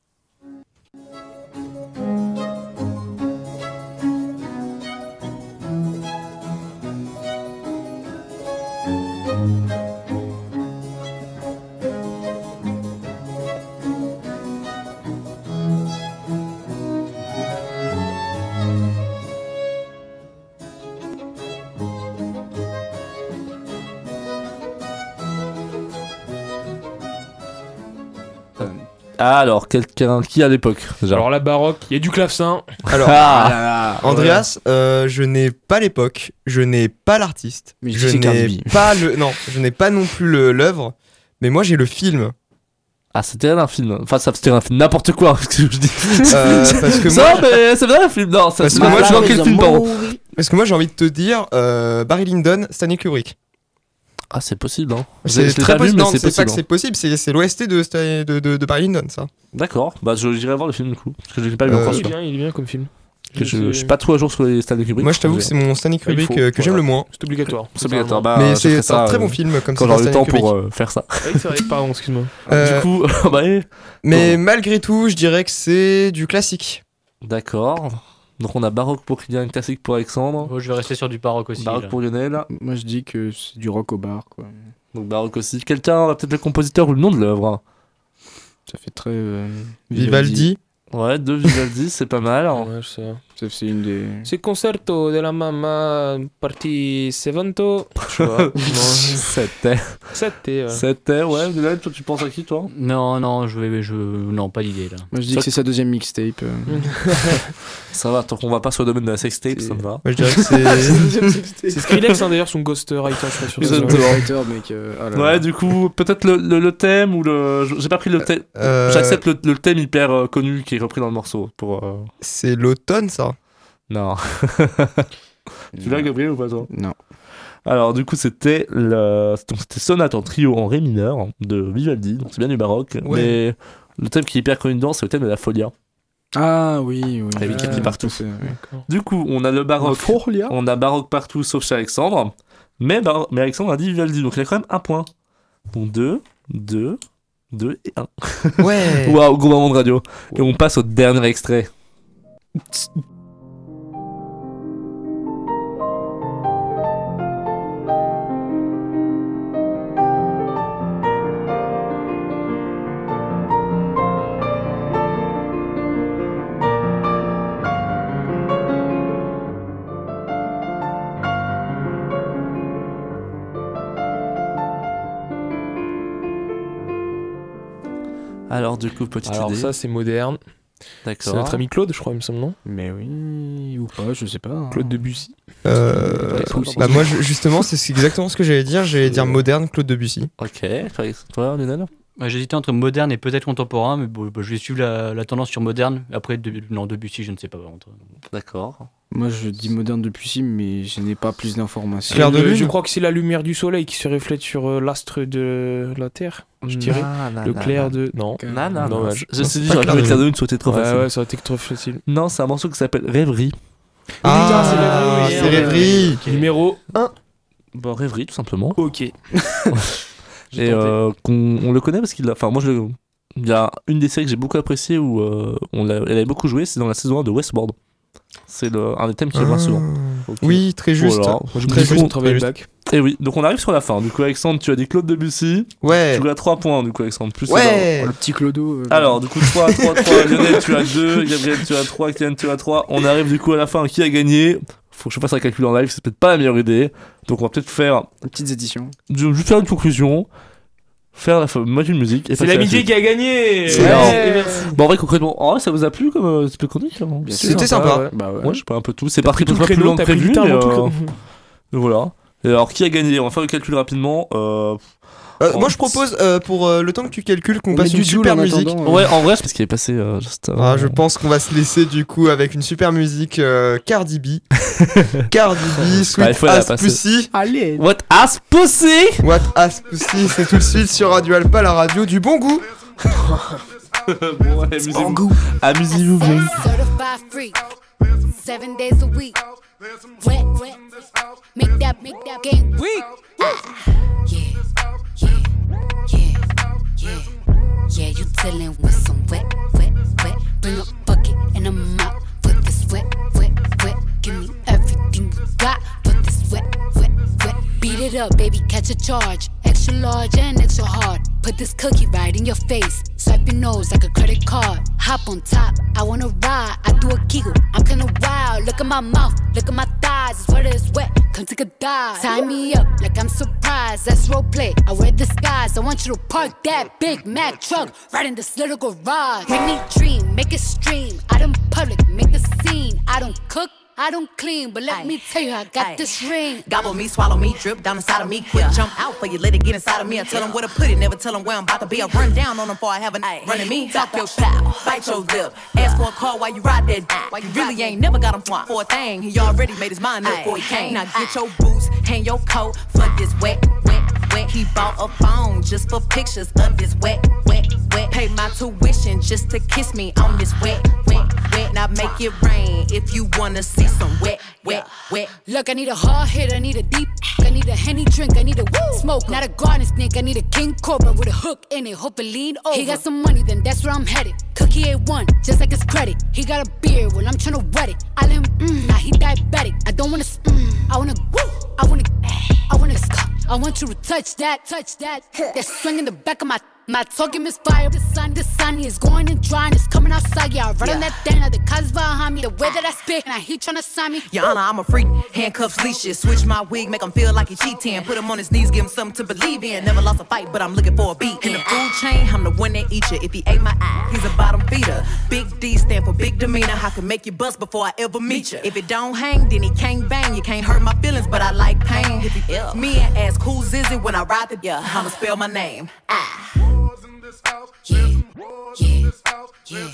D: Alors, quelqu'un qui à l'époque déjà
E: Alors la baroque, il y a du clavecin.
C: Alors,
D: Ah,
C: Andreas, euh, je n'ai pas l'époque, je n'ai pas l'artiste,
F: Mais
C: je
F: c'est Cardi
C: n'ai pas le non, je n'ai pas non plus le- l'œuvre, mais moi j'ai le film
D: Ah, c'était un film. Enfin, ça, c'était un film. N'importe quoi, ce que je dis.
C: Euh, parce que
D: ça,
C: moi
D: mais c'est vrai un film. Non, ça,
C: Parce
D: c'est
C: que moi,
D: dans
C: je
D: quel film, pardon
C: parce que moi j'ai envie de te dire euh, Barry Lyndon, Stanley Kubrick.
D: Ah, c'est possible, hein. Je l'ai-
C: C'est
D: je l'ai
C: très
D: pas vu,
C: possible.
D: mais
C: Non,
D: c'est
C: c'est pas que
D: possible.
C: c'est possible, c'est c'est l'OST de, de, de, de Barry Lyndon, ça.
D: D'accord, bah je- j'irai voir le film du coup. Parce que je l'ai pas vu encore
E: Ah,
C: Euh,
E: il, est
D: celui-là.
E: bien, il est bien comme film.
D: Que Je, je suis pas trop à jour sur les stades de Kubrick.
C: Moi, je t'avoue que c'est mon Stanley
D: il
C: Kubrick
D: faut,
C: euh, que j'aime le
D: voilà.
C: moins.
E: C'est obligatoire.
D: C'est obligatoire. Bah,
C: Mais
D: je ferai
C: c'est c'est
D: ça,
C: un très
D: euh,
C: bon film, comme
D: Quand
C: c'est
D: j'aurai le
C: Stanley
D: temps
C: Kubrick.
D: pour euh, faire ça.
E: Oui, Ah, c'est vrai, pardon, excuse-moi.
C: Euh,
D: Du coup, bah, eh.
C: Mais malgré tout, je dirais que c'est du classique.
D: D'accord. Donc on a baroque pour Kylian, classique pour Alexandre,
G: Moi, je vais rester sur du baroque aussi.
D: baroque
G: là.
D: pour Lionel,
F: Moi, je dis que c'est du rock au bar, quoi.
D: donc baroque aussi. Quelqu'un aura peut-être le compositeur ou le nom de l'œuvre. hein.
F: Ça fait très. euh,
C: Vivaldi.
D: Ouais, deux Vivaldi, c'est pas mal.
E: Ouais, je sais.
F: Ça, C'est une des.
E: C'est concerto de la mamma partie 70. Je vois.
D: C'était.
E: C'était. ouais.
D: C'était, ouais. Lionel, toi, tu penses à qui, toi
G: Non, non, je vais. Je... Non, pas l'idée là.
F: Moi, je dis que c'est sa deuxième mixtape. euh.
D: Ça va, tant qu'on va pas sur le domaine de la sextape, ça me va.
C: Moi, je dirais que c'est.
E: C'est Skrillex, hein, d'ailleurs, son ghostwriter, je suis pas sûr.
F: C'est un
D: Exactement.
F: writer, mec. euh, oh là là.
D: Ouais, du coup, peut-être le, le- le thème ou le. J'ai pas pris le thème.
C: Euh,
D: J'accepte le, le thème hyper euh, connu qui est repris dans le morceau. Pour. euh,
C: C'est l'automne, ça.
D: Non. tu l'as, Gabriel, ou pas, toi
F: Non.
D: Alors du coup c'était le... donc, c'était sonate en trio en ré mineur de Vivaldi, donc c'est bien du baroque,
C: Ouais.
D: mais le thème qui est hyper connu dedans c'est le thème de la folia.
F: Ah oui, oui.
D: Ah oui,
E: qui est
F: Ah,
D: partout.
F: c'est- ouais.
D: Du coup on a le baroque, on a baroque partout sauf chez Alexandre, mais, bar- mais Alexandre a dit Vivaldi, donc il a quand même un point. Donc 2, 2, 2 et 1.
C: Ouais.
D: Waouh, gros moment de radio. Et on passe au dernier extrait. Alors du coup petite
E: Alors,
D: idée.
E: ça, c'est moderne. C'est
D: D'accord.
E: notre ami Claude, je crois, il me semble, non
F: Mais oui, ou pas, je sais pas. hein.
E: Claude Debussy.
C: Euh, bah, moi, je- justement, c'est c'est exactement ce que j'allais dire. J'allais dire moderne Claude Debussy.
D: Ok, toi, toi Lionel
G: Ouais, J'hésitais entre moderne et peut-être contemporain, mais bon, bah, je vais suivre la, la tendance sur moderne. Après, de, non, Debussy, je ne sais pas. vraiment.
D: D'accord.
F: Moi, je dis moderne depuis si, mais je n'ai pas plus d'informations.
C: Clair de
E: Le-
C: lune.
E: euh, Je crois que c'est la lumière du soleil qui se reflète sur euh, l'astre de la Terre, je dirais.
D: Ah
E: Le clair de. Non.
D: Non, non, non.
E: Non,
D: Je
E: je-
D: je me suis dit,
C: pas
D: j'aurais pu
C: clair
D: mettre
C: de
D: la
C: nous.
D: donne, c'était trop
E: Ouais,
D: facile.
E: ouais, ça aurait été trop facile.
D: Non, c'est un morceau qui s'appelle Rêverie.
C: Ah,
E: c'est
C: c'est
G: hein.
E: Rêverie,
C: rêverie.
G: Ok.
E: Numéro
D: Bon, Rêverie, tout simplement.
E: OK. J'ai
D: Et
E: tenté.
D: euh, qu'on- on le connaît parce qu'il a. Enfin, moi, je le. Il y a une des séries que j'ai beaucoup appréciée où euh, on l'a- elle avait beaucoup joué, c'est dans la saison 1 de Westworld. C'est le- un des thèmes qui revient souvent. Oh
C: Ah. Oui, très juste.
D: Voilà.
E: Moi, je me
C: Très
E: dis
C: juste,
E: qu'on travaille
C: très
E: le bac.
D: Et oui, donc on arrive sur la fin. Du coup, Alexandre, tu as dit Claude Debussy.
C: Ouais.
D: Tu as 3 points, du coup, Alexandre. Plus
C: Ouais.
F: Oh, le petit Clodo. euh,
D: Alors, du coup, 3, 3, 3, Lionel, tu as 2, Gabriel, tu as 3, Kylian, tu as 3. On arrive du coup à la fin. Qui a gagné Faut que je fasse un calcul en live, c'est peut-être pas la meilleure idée. Donc, on va peut-être faire.
F: Petites éditions.
D: Je vais juste faire une conclusion, faire la fa- moitié de musique. et
E: C'est
D: passer à la
E: l'amitié
D: suite.
E: qui a gagné.
D: C'est
E: Ouais, merci.
D: Bon, en vrai, concrètement, en vrai, ça vous a plu comme euh, petit peu chronique hein
F: Bien
C: C'était sympa.
E: ouais.
F: Bah ouais.
D: Ouais, je sais pas un peu tout. C'est parti
E: Tout
D: pour
E: le
D: pas plus
E: créneau,
D: long que
E: t'as pris
D: prévu.
E: du temps
D: mais,
E: avant tout
D: euh,
E: le-
D: Voilà. Et alors, qui a gagné On va faire le calcul rapidement. euh,
C: Euh, moi, je propose euh, pour euh, le temps que tu calcules qu'on
F: On
C: passe
F: met
C: une
F: Joule
C: super
F: en
C: musique.
F: attendant, euh.
D: Ouais, en vrai, c'est parce qu'il est passé euh, juste avant.
C: Ah, je pense qu'on va se laisser du coup avec une super musique euh, Cardi B. Cardi B,
D: il
C: Sweet
D: faut la
C: As
D: passer.
C: Pussy.
F: Allez.
D: What Ah, ass pussy
C: What As Pussy, c'est tout de suite sur Radio Alpa, la radio du bon goût.
D: Bon, amusez-vous. Amusez-vous bien.
K: Certified free. Seven days a week. Wet, wet. Make that, make that game weak. Ah. Yeah, yeah, yeah, yeah. Yeah, you dealing with some wet, wet, wet. Bring a bucket and a mop for this wet, wet, wet. Give me everything you got for this wet, wet, wet. Beat it up, baby, catch a charge. Extra large and extra hard. Put this cookie right in your face. Swipe your nose like a credit card. Hop on top, I wanna ride. I do a giggle, I'm kinda wild. Look at my mouth, look at my thighs. It's wet, it's wet. Come take a dive. Tie me up like I'm surprised. That's role play. I wear disguise. I want you to park that Big Mac truck right in this little garage. Make me dream, make it stream. Out in public, make the scene. I don't cook. I don't clean, but let me tell you, I got this ring.
L: Gobble me, swallow me, drip down inside of me. Quick jump out for you, let it get inside of me. I tell them where to put it, never tell them where I'm about to be. I run down on them before I have a night. Running me, talk your shit, bite your lip. Ask for a call while you ride that dick. Why you really ain't never got him for a thing. He already made his mind up before he came. Now get your boots, hang your coat, for this wet, wet, wet. He bought a phone just for pictures of this wet, wet, wet. Pay my tuition just to kiss me on this wet, wet, wet. Now make it rain if you wanna see some wet, wet, wet.
K: Look, I need a hard hit, I need a deep, I need a henny drink, I need a woo smoke, not a garden snake, I need a king cobra with a hook in it, hope it lean over. He got some money, then that's where I'm headed. Cookie ain't one, just like his credit. He got a beard, well I'm tryna wet it. I let him, mm, now he diabetic. I don't wanna, s- mm, I wanna woo, I wanna, I wanna, s- I want you to touch that, touch that. That swing in the back of my. My talking is fire, the sun, the sun is going and drying, it's coming outside, yeah. I run on
L: Yeah.
K: that thing, now the cuz behind me, the way that I spit, now he tryna sign me.
L: Your Honor, I'm a freak. Handcuffs, leashes. Switch my wig, make him feel like he cheating. Put him on his knees, give him something to believe in. Never lost a fight, but I'm looking for a beat. In the food chain, I'm the one that eat you. If he ate my eye, he's a bottom feeder. Big D stand for big demeanor. I can make you bust before I ever meet you. If it don't hang, then he can't bang. You can't hurt my feelings, but I like pain. If he ill, me and ask who's is it when I ride the yeah, I'ma spell my name.
K: Yeah, yeah,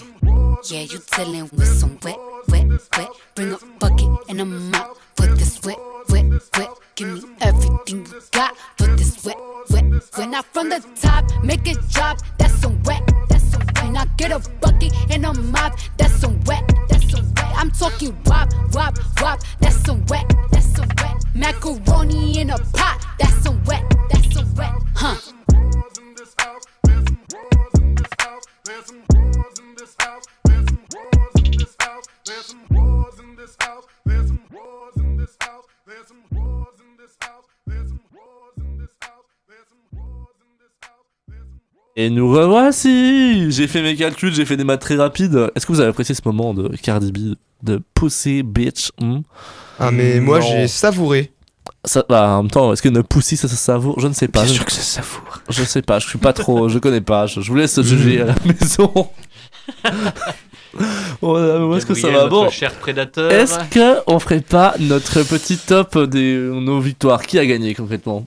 K: yeah, you dealing with some wet, wet, wet. Bring a bucket and a mop for this wet, wet, wet. Give me everything you got for this wet, wet, wet. Now from the top, make it drop. That's some wet, that's some wet. Now get a bucket and a mop. That's some wet, that's some wet. I'm talking wop, wop, wop. That's some wet, that's some wet. Macaroni in a pot. That's some wet, that's some wet. Huh.
D: Et nous revoici J'ai fait mes calculs, j'ai fait des maths très rapides. Est-ce que vous avez apprécié ce moment de Cardi B de pousser bitch hmm
C: Ah, mais moi, j'ai savouré.
D: Ça, bah, en même temps, est-ce que ne pousser ça, ça savoure Je ne sais pas.
C: Bien
D: je,
C: sûr que ça
D: savoure. Je sais pas, je suis pas trop, je connais pas. Je, je vous laisse juger à la maison. voilà, mais où est-ce que ça
G: Gabriel,
D: va
G: notre
D: bon
G: cher prédateur.
D: Est-ce que on ferait pas notre petit top des nos victoires Qui a gagné concrètement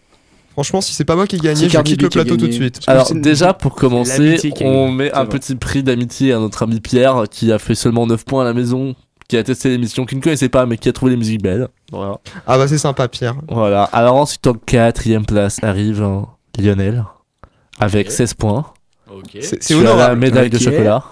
C: Franchement, si c'est pas moi qui ai
D: C'est
C: gagné, je
D: Cardi
C: quitte
D: B
C: le
D: qui a
C: plateau tout de
D: gagné.
C: suite.
D: Alors déjà pour commencer,
C: L'amitié qui a
D: on
C: gagné,
D: met
C: c'est
D: un
C: vrai.
D: petit prix d'amitié à notre ami Pierre qui a fait seulement 9 points à la maison, qui a testé l'émission, qui ne connaissait pas mais qui a trouvé les musiques belles. Voilà.
C: Ah bah c'est sympa Pierre.
D: Voilà. Alors ensuite en quatrième place arrive hein, Lionel avec
C: Ok.
D: 16 points.
G: Ok.
C: C'est-
D: Tu
C: c'est
D: as la
C: honorable.
D: médaille de
C: Ok.
D: chocolat.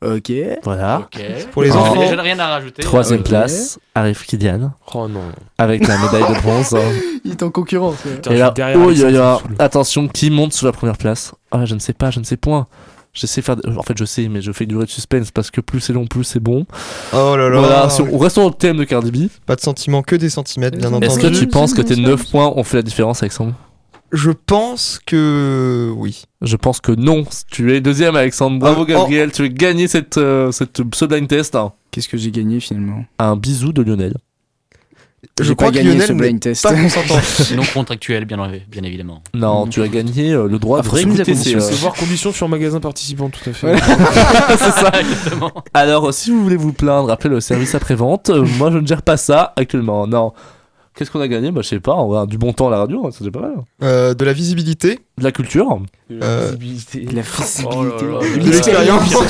F: Ok.
D: Voilà.
G: Ok. Pour les
D: En
G: enfants. Je n'ai rien à rajouter. Euh,
D: Troisième
G: Ok.
D: place arrive Kylian.
E: Oh non.
D: Avec la médaille de bronze. hein.
F: Il est en concurrence. ouais.
D: Et là, oh, yo, yo, attention, qui monte sous la première place Ah, je ne sais pas, je ne sais point. J'essaie de faire. de- En fait, je sais, mais je fais durer le suspense parce que plus c'est long, plus c'est bon.
C: Oh là là.
D: Voilà, si on- restons au thème de Cardi B.
C: Pas de sentiments, que des centimètres, bien entendu.
D: Est-ce que tu penses que tes 9 points ont fait la différence, Alexandre
C: Je pense que oui.
D: Je pense que non. Tu es deuxième, Alexandre. Bravo,
C: Oh, oh.
D: Gabriel. Tu as gagné cette, euh, cette, ce blind test.
F: Qu'est-ce que j'ai gagné finalement
D: Un bisou de Lionel.
F: J'ai pas gagné ce blind test.
G: non contractuel, bien, bien évidemment.
D: Non, tu as gagné euh, le droit
G: Ah,
D: de
G: faut soumettre la
D: réécouter ces,
G: condition,
D: euh,
E: C'est voir conditions sur magasin participant, tout à fait.
D: c'est ça.
E: Ah,
D: Alors, euh, si vous voulez vous plaindre, appelez le service après-vente. Euh, Moi, je ne gère pas ça actuellement. Non. Qu'est-ce qu'on a gagné Bah, je sais pas. On a du bon temps à la radio, hein, ça c'est pas mal.
C: Euh, de la visibilité.
D: De la culture.
C: Euh,
F: De la flexibilité.
C: là là. De l'expérience.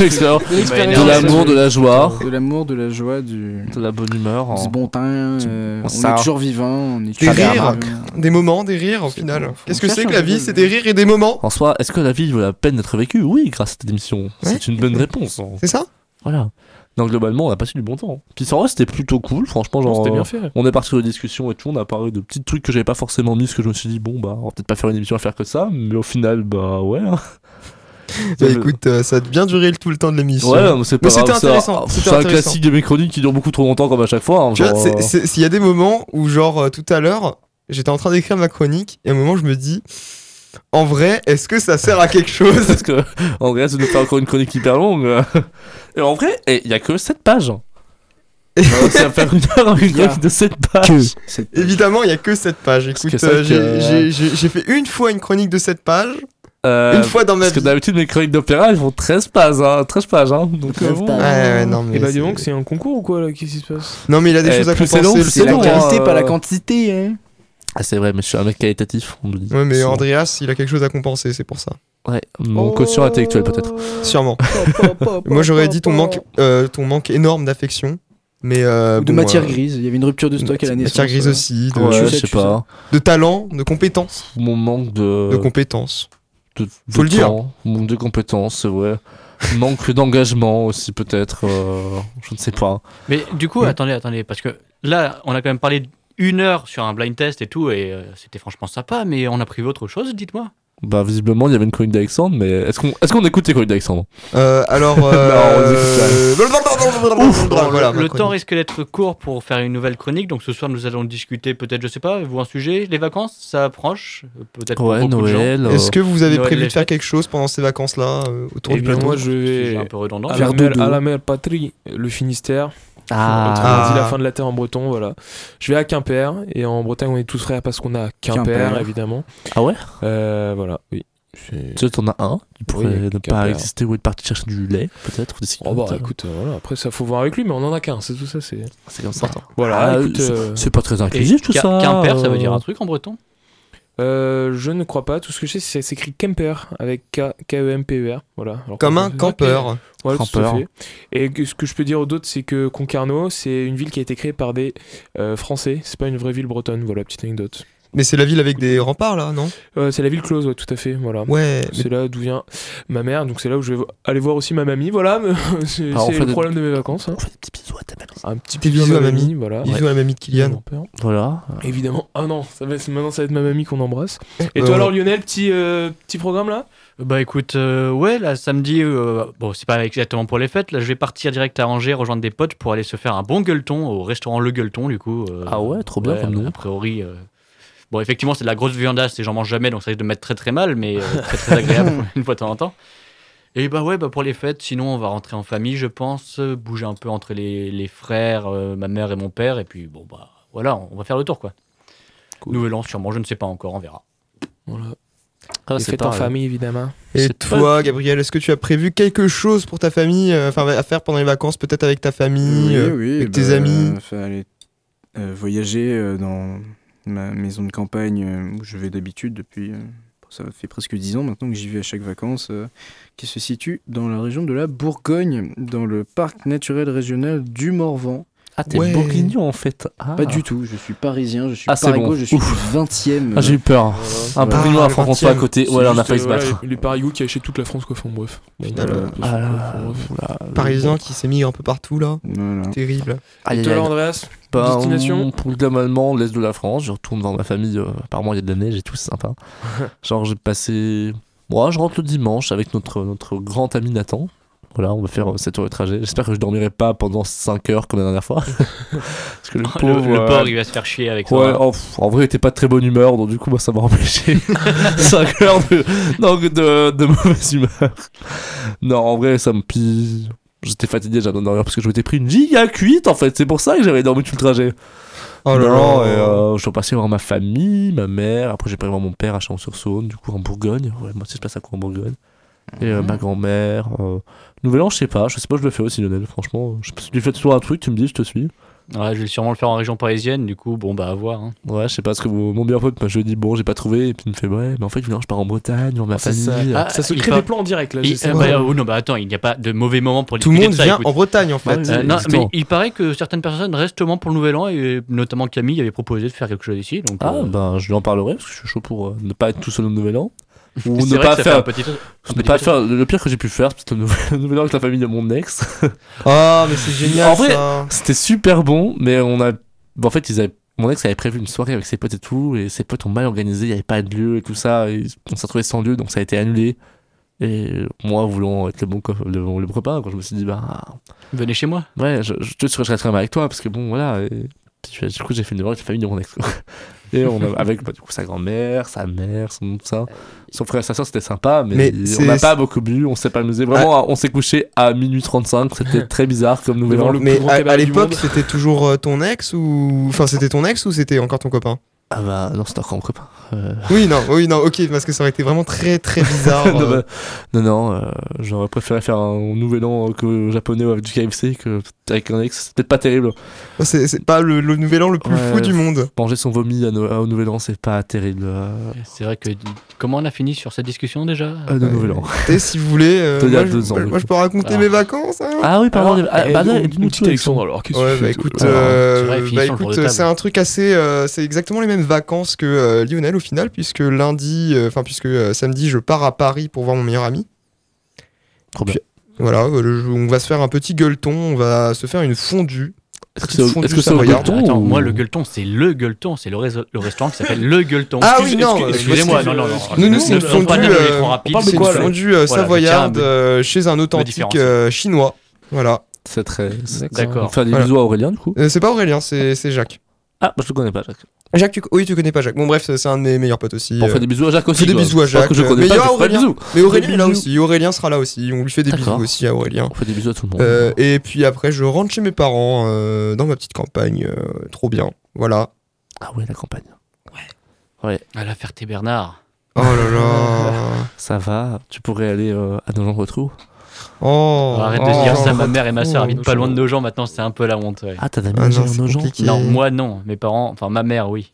D: De l'expérience. De l'amour, de la joie.
F: De l'amour, de la joie, du.
D: De la bonne humeur.
C: Oh.
D: hein.
F: Du bon teint. euh, on
D: ça.
F: est toujours vivant. On est
C: Des
F: toujours
C: rires,
F: heureux.
C: des moments, des rires au final. Qu'est-ce que
F: cherche
C: c'est que
F: un
C: la
F: peu
C: vie
F: de-
C: C'est des rires et des moments.
D: En soi, est-ce que la vie vaut la peine d'être vécue Oui, grâce à cette émission. C'est une bonne réponse. hein.
C: C'est ça
D: Voilà. Donc globalement, on a passé du bon temps. hein. Puis sans vrai, c'était plutôt cool. Franchement, genre,
E: c'était bien
D: euh,
E: fait.
D: on est parti sur des discussions et tout. On a parlé de petits trucs que j'avais pas forcément mis, parce que je me suis dit bon bah, on va peut-être pas faire une émission à faire que ça. Mais au final, bah ouais.
C: Bah écoute, euh, ça a bien duré tout le temps de l'émission.
D: Ouais, mais c'est pas
C: Mais c'était
D: grave, ça.
C: intéressant.
D: Pff,
C: c'était
D: C'est un
C: intéressant.
D: classique de mes chroniques qui dure beaucoup trop longtemps comme à chaque fois. hein,
C: Tu vois,
D: genre,
C: c'est-
D: euh,
C: c'est- s'il y a des moments où, genre, euh, tout à l'heure, j'étais en train d'écrire ma chronique, et à un moment, je me dis, en vrai, est-ce que ça sert à quelque chose
D: Parce que, en vrai, ça nous fait encore une chronique hyper longue. euh. Et en vrai, il y a que 7 pages. On va réussi à faire une heure, une
C: Il y a
D: chronique de 7 pages.
C: Évidemment, il y a que 7 pages.
D: que
C: Écoute,
D: c'est vrai
C: euh, j'ai-
D: que-
C: j'ai- j'ai j'ai fait une fois une chronique de 7 pages.
D: Euh,
C: Une fois dans ma
D: Parce que d'habitude, mes chroniques d'opéra, elles font 13 pages. Hein, 13 pages, hein. Donc, euh, bon.
C: pages. Ouais, ouais, non, mais
E: Et bah, dis
C: c'est-
E: donc, c'est un concours ou quoi là Qu'est-ce qui se passe
C: Non, mais il a des
D: Eh,
C: choses à
D: plus
C: compenser.
D: c'est long, plus
C: le
D: c'est
C: temps.
D: long,
C: La
F: Qualité,
D: hein,
F: pas la
D: euh,
F: quantité. Hein.
D: Ah, c'est vrai, mais je suis un mec qualitatif, on me dit.
C: Ouais, mais
D: Souvent.
C: Andreas, il a quelque chose à compenser, c'est pour ça.
D: Ouais, mon quotient intellectuel, peut-être.
C: Sûrement. Moi, j'aurais dit ton manque, euh, ton manque euh, énorme d'affection. Mais euh,
F: Ou de
C: bon,
F: matière
C: euh,
F: grise. Il y avait une rupture de stock à la naissance.
C: Matière grise
F: euh,
C: aussi, de,
F: en
D: Ouais, je
F: Massachusetts,
D: sais pas.
C: de talent, de compétences.
D: Mon manque de.
C: De compétences.
D: De,
C: Faut
D: de
C: le dire.
D: temps, Manque de compétences, c'est vrai. manque d'engagement aussi, peut-être. euh, je ne sais pas.
G: Mais du coup, attendez, attendez, parce que là, on a quand même parlé une heure sur un blind test et tout, et euh, c'était franchement sympa, mais on a pris autre chose, dites-moi.
D: Bah, visiblement, il y avait une chronique d'Alexandre, mais est-ce qu'on est qu'on écoute les chroniques d'Alexandre
C: Euh, alors. euh, Ouf,
D: Ah,
G: Bon,
C: voilà,
G: le
C: ma
G: le
C: chronique.
G: temps risque d'être court pour faire une nouvelle chronique, donc ce soir nous allons discuter peut-être, je sais pas, vous un sujet, les vacances, ça approche, euh, peut-être pour
D: Ouais,
G: beaucoup de gens.
D: Noël, euh,
C: Est-ce que vous avez
G: Noël,
C: prévu
G: les
C: de faire quelque chose pendant ces vacances-là euh, autour
E: Et
C: du
E: bien
C: plateau
E: moi je vais
G: un peu redondant.
E: à,
G: Faire
E: la mer,
G: dodo.
E: à la mer patrie, le Finistère.
G: Ah.
E: Autrement dit,
G: Ah.
E: la fin de la terre en breton, voilà. Je vais à Quimper et en Bretagne on est tous frères parce qu'on a Quimper,
D: Quimper.
E: évidemment.
D: Ah ouais
E: Euh, voilà, oui.
D: Tu sais, t'en as un qui pourrait
E: Oui,
D: ne
E: Quimper.
D: pas exister ou être parti chercher du lait, peut-être. ou des
E: Oh bah
D: cigarettes.
E: écoute, euh, voilà. Après ça faut voir avec lui, mais on en a qu'un, c'est tout ça, c'est.
D: C'est comme ça.
E: Voilà.
D: Ah,
E: écoute,
D: c'est-
E: euh,
D: c'est pas très inclusif
G: Et
D: tout
G: Quim-
D: ça.
G: Quimper, ça veut
D: euh.
G: dire un truc en breton
E: Euh, je ne crois pas. Tout ce que je sais, c'est que c'est écrit Kemper avec K- E K-E-M-P-E-R. Voilà. Alors,
C: Comme
E: quand
C: un
E: je-
C: campeur.
E: Ouais, tout à
C: Campeur.
E: fait. Et que- ce que je peux dire d'autre, c'est que Concarneau, c'est une ville qui a été créée par des euh, Français. C'est pas une vraie ville bretonne. Voilà, petite anecdote.
C: Mais c'est la ville avec des remparts là, non
E: Euh, c'est la ville close, ouais, tout à fait. Voilà.
C: Ouais,
E: Ah C'est là d'où vient ma mère. Donc c'est là où je vais vo- aller voir aussi ma mamie. Voilà. c'est
D: Ah, on
E: c'est
D: fait
E: le
D: des-
E: problème de mes vacances. hein. Un petit
C: Des
E: bisou à
C: bisous
E: ma
C: à
E: mamie.
C: mamie.
E: Voilà.
C: Bisous
E: Ouais.
C: à la mamie de Kylian.
E: Mon père.
D: Voilà.
E: Évidemment. Ah non, ça va, c'est- maintenant ça va être ma mamie qu'on embrasse. Et
G: Euh,
E: toi alors
G: ouais.
E: Lionel, petit, euh, petit programme là
G: Bah écoute, euh, ouais, là samedi, euh, bon, c'est pas exactement pour les fêtes, là je vais partir direct à Angers, rejoindre des potes pour aller se faire un bon gueuleton au restaurant Le Gueuleton, du coup. euh,
D: Ah ouais, trop bien comme nom.
G: A priori. euh, Bon, effectivement, c'est de la grosse viandasse et j'en mange jamais, donc ça risque de me mettre très très mal, mais euh, très très agréable une fois de temps en temps. Et bah ouais, bah pour les fêtes, sinon on va rentrer en famille, je pense, euh, bouger un peu entre les, les frères, euh, ma mère et mon père, et puis bon bah voilà, on va faire le tour quoi. Nouvel an sûrement, je ne sais pas encore, on verra.
E: Voilà.
D: Ah,
E: Les
D: c'est
E: fêtes en
D: pareil.
E: famille évidemment.
C: Et
D: C'est
C: toi, Gabriel, est-ce que tu as prévu quelque chose pour ta famille, euh, enfin à faire pendant les vacances, peut-être avec ta famille,
F: Oui,
C: euh,
F: oui,
C: avec
F: bah,
C: tes amis
F: enfin, aller euh, voyager euh, dans ma maison de campagne euh, où je vais d'habitude depuis. euh, ça fait presque 10 ans maintenant que j'y vais à chaque vacances, euh, qui se situe dans la région de la Bourgogne, dans le parc naturel régional du Morvan.
D: Ah, t'es
F: Ouais.
D: bourguignon en fait. Ah.
F: Pas du tout, je suis parisien, je suis
D: Ah, c'est
F: parigo,
D: bon.
F: je suis
D: Ouf.
F: 20 e
D: Ah, j'ai eu peur. Un bourguignon à Franc-Comtois à côté.
E: C'est
D: Ouais, là, on a
E: juste,
D: failli
E: euh,
D: se
E: voilà,
D: battre.
E: Les les Parigots qui achètent toute la France, quoi. Enfin, bref. Bon,
C: Putain,
E: voilà,
C: le-
E: parce-
D: Ah là,
E: enfin, bref.
D: là,
C: Parisien qui s'émigre un peu partout là
F: Voilà.
C: Terrible.
E: Et toi, alors, Andreas
D: Ben,
E: Destination
D: Pour le globalement, l'Est de la France, je retourne voir ma famille. euh, apparemment, il y a de la neige et tout, c'est sympa. Genre, j'ai passé. Moi, je rentre le dimanche avec notre, notre grand ami Nathan. Voilà, on va faire 7 heures de trajet. J'espère que je dormirai pas pendant 5 heures comme la dernière fois. Parce que le
G: Le,
D: pauvre.
G: le
D: euh,
G: porc, il va se faire chier avec
D: Ouais,
G: ça. hein.
D: en, pff, en vrai, il était pas de très bonne humeur, donc du coup, moi, ça m'a empêché 5 heures de, non, de, de mauvaise humeur. Non, en vrai, ça me pille. J'étais fatigué, j'avais dormi parce que je m'étais pris une giga cuite en fait. C'est pour ça que j'avais dormi tout le trajet.
C: Oh là
D: Non,
C: là.
D: et, euh, je suis passé voir ma famille, ma mère. Après, j'ai pas voir mon père à Chalon-sur-Saône, du coup, en Bourgogne. Ouais, moi aussi, je passe à quoi en Bourgogne. Et euh, ma grand-mère. euh, Nouvel an, je sais pas. Je sais pas, je le fais aussi, Lionel. Franchement, je sais pas si tu fais toujours un truc, tu me dis, je te suis.
G: Ouais, je vais sûrement le faire en région parisienne, du coup, bon, bah, à voir. hein.
D: Ouais, je sais pas, parce que mon mon bien pote m'a je lui ai dit bon, j'ai pas trouvé, et puis il me fait ouais, mais en fait, Julien, je pars en Bretagne, voir ma
E: ça,
D: famille.
E: ça-
G: Ah,
E: ça se
G: il
E: crée
G: part-
E: des plans en direct là.
G: Il-
E: je sais
G: euh,
E: pas.
G: bah, oh, non, bah attends, il n'y a pas de mauvais moment pour
C: Tout le
G: discuter
C: monde
G: de ça,
C: vient
G: écoute.
C: en Bretagne en fait.
D: Ouais,
G: Euh,
D: oui,
G: non, mais
D: exactement.
G: il paraît que certaines personnes restent au Mans pour le nouvel an et notamment Camille avait proposé de faire quelque chose ici. Donc,
D: Ah,
G: euh,
D: ben, je lui en parlerai, parce que je suis chaud pour euh, ne pas être tout seul au Nouvel An. Ou
G: C'est
D: ne
G: vrai que
D: pas
G: ça fait
D: faire.
G: un petit-
D: ne
G: un
D: pas
G: petit truc.
D: faire. Le pire que j'ai pu faire, c'est le nouvel, le nouvel An avec la famille de mon ex.
C: Ah, mais c'est génial
D: en vrai,
C: ça.
D: c'était super bon, mais on a. bon, en fait, ils avaient. Mon ex avait prévu une soirée avec ses potes et tout, et ses potes ont mal organisé, il n'y avait pas de lieu et tout ça, et on s'est retrouvé sans lieu, donc ça a été annulé. Et moi, voulant être le bon, co- le, le bon copain, quand je me suis dit, bah,
G: venez chez moi.
D: Ouais, je, je, je, serais très mal avec toi parce que bon, voilà. et- puis, je- du coup, j'ai fait une erreur avec la famille de mon ex. quoi. Et on a- avec bah, du coup, sa grand-mère, sa mère, son, tout ça. son frère et sa soeur, c'était sympa, mais,
C: Mais
D: on
C: c'est-
D: n'a pas beaucoup bu, on s'est pas amusé.
E: Ah.
D: Vraiment, on s'est couché à minuit 35, c'était très bizarre comme nouvel an.
C: mais à- à, l'époque, c'était toujours euh, ton ex ou. Enfin, c'était ton ex ou c'était encore ton copain
D: Ah bah non, c'était encore mon copain. euh.
C: Oui, non, oui, non, ok, parce que ça aurait été vraiment très très bizarre.
D: non,
C: euh.
D: bah, non, non, euh, j'aurais préféré faire un nouvel an euh, que japonais avec du KFC que avec un ex, c'est peut-être pas terrible.
C: C'est c'est pas le, le nouvel an le plus
D: bah. Ouais,
C: fou du monde.
D: Manger son vomi à no- au nouvel an, c'est pas terrible. euh,
G: C'est vrai que comment on a fini sur cette discussion déjà
D: euh, de nouvel an.
C: Et si vous voulez, euh,
D: T'as
C: moi,
D: deux
C: je-
D: ans,
C: moi,
D: du
C: je peux raconter
G: Ah.
C: mes vacances. hein
D: Ah oui, pardon.
E: Alors,
D: ah,
E: eh,
D: bah, non,
E: donc,
D: dis-nous
E: une
D: tout,
E: petite Alexandre, alors, qu'est-ce que
C: Ouais,
E: tu
C: bah
E: fais,
C: écoute,
E: toi
C: euh,
G: C'est vrai, il finit
C: bah,
G: sur le
C: écoute,
G: tour de
C: c'est un truc assez, euh, c'est exactement les mêmes vacances que euh, Lionel au final, puisque lundi, euh, enfin puisque euh, samedi, je pars à Paris pour voir mon meilleur ami.
D: Trop bien.
C: Voilà, euh, le- on va se faire un petit gueuleton, on va se faire une fondue.
D: Est-ce que
C: Petite
D: c'est au-
C: fondue
D: est-ce que c'est au
C: savoyarde.
D: gueuleton
G: bah, Attends,
D: ou-
G: moi le gueuleton, c'est le gueuleton, c'est le, réseau- le restaurant qui s'appelle le gueuleton.
C: Ah
G: Excuse-
C: oui, non,
G: excuse-
C: euh,
G: excusez-moi,
C: excuse-
G: non, non, non.
C: Nous, nous,
G: Ne-
C: c'est
G: ne
C: une
G: soyons pas
C: fondue,
G: dans les
C: euh,
G: trop rapides.
E: parle de
C: c'est une
E: quoi, là
C: fondue euh,
G: Voilà,
C: savoyarde
G: tiens,
C: euh, chez un authentique
G: différencier.
C: euh, chinois. Voilà.
D: C'est très. c'est-
G: D'accord.
D: On fait des
C: Voilà.
D: bisous à Aurélien, du coup.
C: Euh, c'est pas Aurélien, c'est c'est Jacques.
D: Ah, bah, je le connais pas, Jacques.
C: Jacques, tu... oui, tu connais pas Jacques. Bon, bref, c'est un de mes meilleurs potes aussi.
D: Bon, on
C: euh,
D: fait des bisous à Jacques
C: On fait
D: aussi.
C: des
D: quoi.
C: bisous à
D: Je pense
C: Jacques.
D: que je
C: euh,
D: connais
C: mais il
D: pas,
C: y
D: je
C: aura
D: te ferai des
C: Aurélien.
D: bisous.
C: Mais Aurélien
D: Des
C: est là
D: bisous.
C: aussi. Aurélien sera là aussi. On lui fait des bisous
D: D'accord.
C: aussi à Aurélien.
D: On fait des bisous à tout le monde.
C: Euh, et puis après, je rentre chez mes parents euh, dans ma petite campagne. euh, trop bien. Voilà.
D: Ah ouais, la campagne.
G: À la Ferté Bernard.
C: Oh là là.
D: Ça va, tu pourrais aller euh, à Nogent-Retrou.
C: Oh.
G: Arrête
C: oh,
G: de dire
C: oh,
G: ça, ma
C: oh,
G: mère et ma
C: oh.
G: soeur habitent pas loin de nos gens maintenant, c'est un peu la honte. ouais.
D: Ah, t'as
C: Ah
D: déménagé
C: non,
D: à
C: c'est
D: Nogent
C: compliqué.
G: Non, moi non, mes parents, enfin ma mère, oui.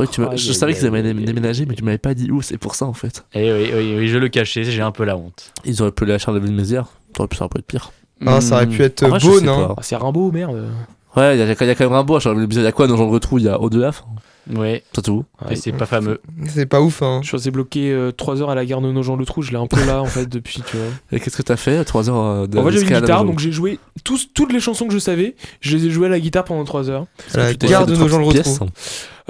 D: Oui, tu m'as-
E: Aïe,
D: Je
E: aïe,
D: savais qu'ils
E: aïe,
D: avaient
E: aïe, aïe.
D: déménagé, mais tu m'avais pas dit où, c'est pour ça en fait.
G: Et oui, oui, oui, je le cachais, j'ai un peu la honte.
D: Ils auraient pu aller à Charleville-Mézières. Ça aurait pu- ça aurait pu être pire.
C: Ah, ça aurait pu être hein.
D: En vrai, je
C: beau,
D: sais
C: non
D: pas.
E: Ah, C'est Rimbaud, merde.
D: Ouais, il y, a- y a quand même un bois. Il y a quoi dans Jean Retrou Il y a Audeaf,
G: Mm, Ouais,
D: c'est hein. tout.
G: et c'est pas fameux.
C: C'est pas ouf, hein.
E: Je suis resté bloqué 3 heures à la gare de Nogent-le-Trou, je l'ai un peu là en fait depuis, tu vois.
D: Et qu'est-ce que t'as fait 3 heures euh, de
E: En fait, j'avais une
D: d'escalade à
E: guitare,
D: Nogent.
E: donc j'ai joué tous, toutes les chansons que je savais, je les ai jouées à la guitare pendant 3 heures.
D: Est-ce que
C: La
D: tu t'es
C: gare
D: fait
C: de
D: des
C: nos gens le
D: pièces hein.
C: retrouvent.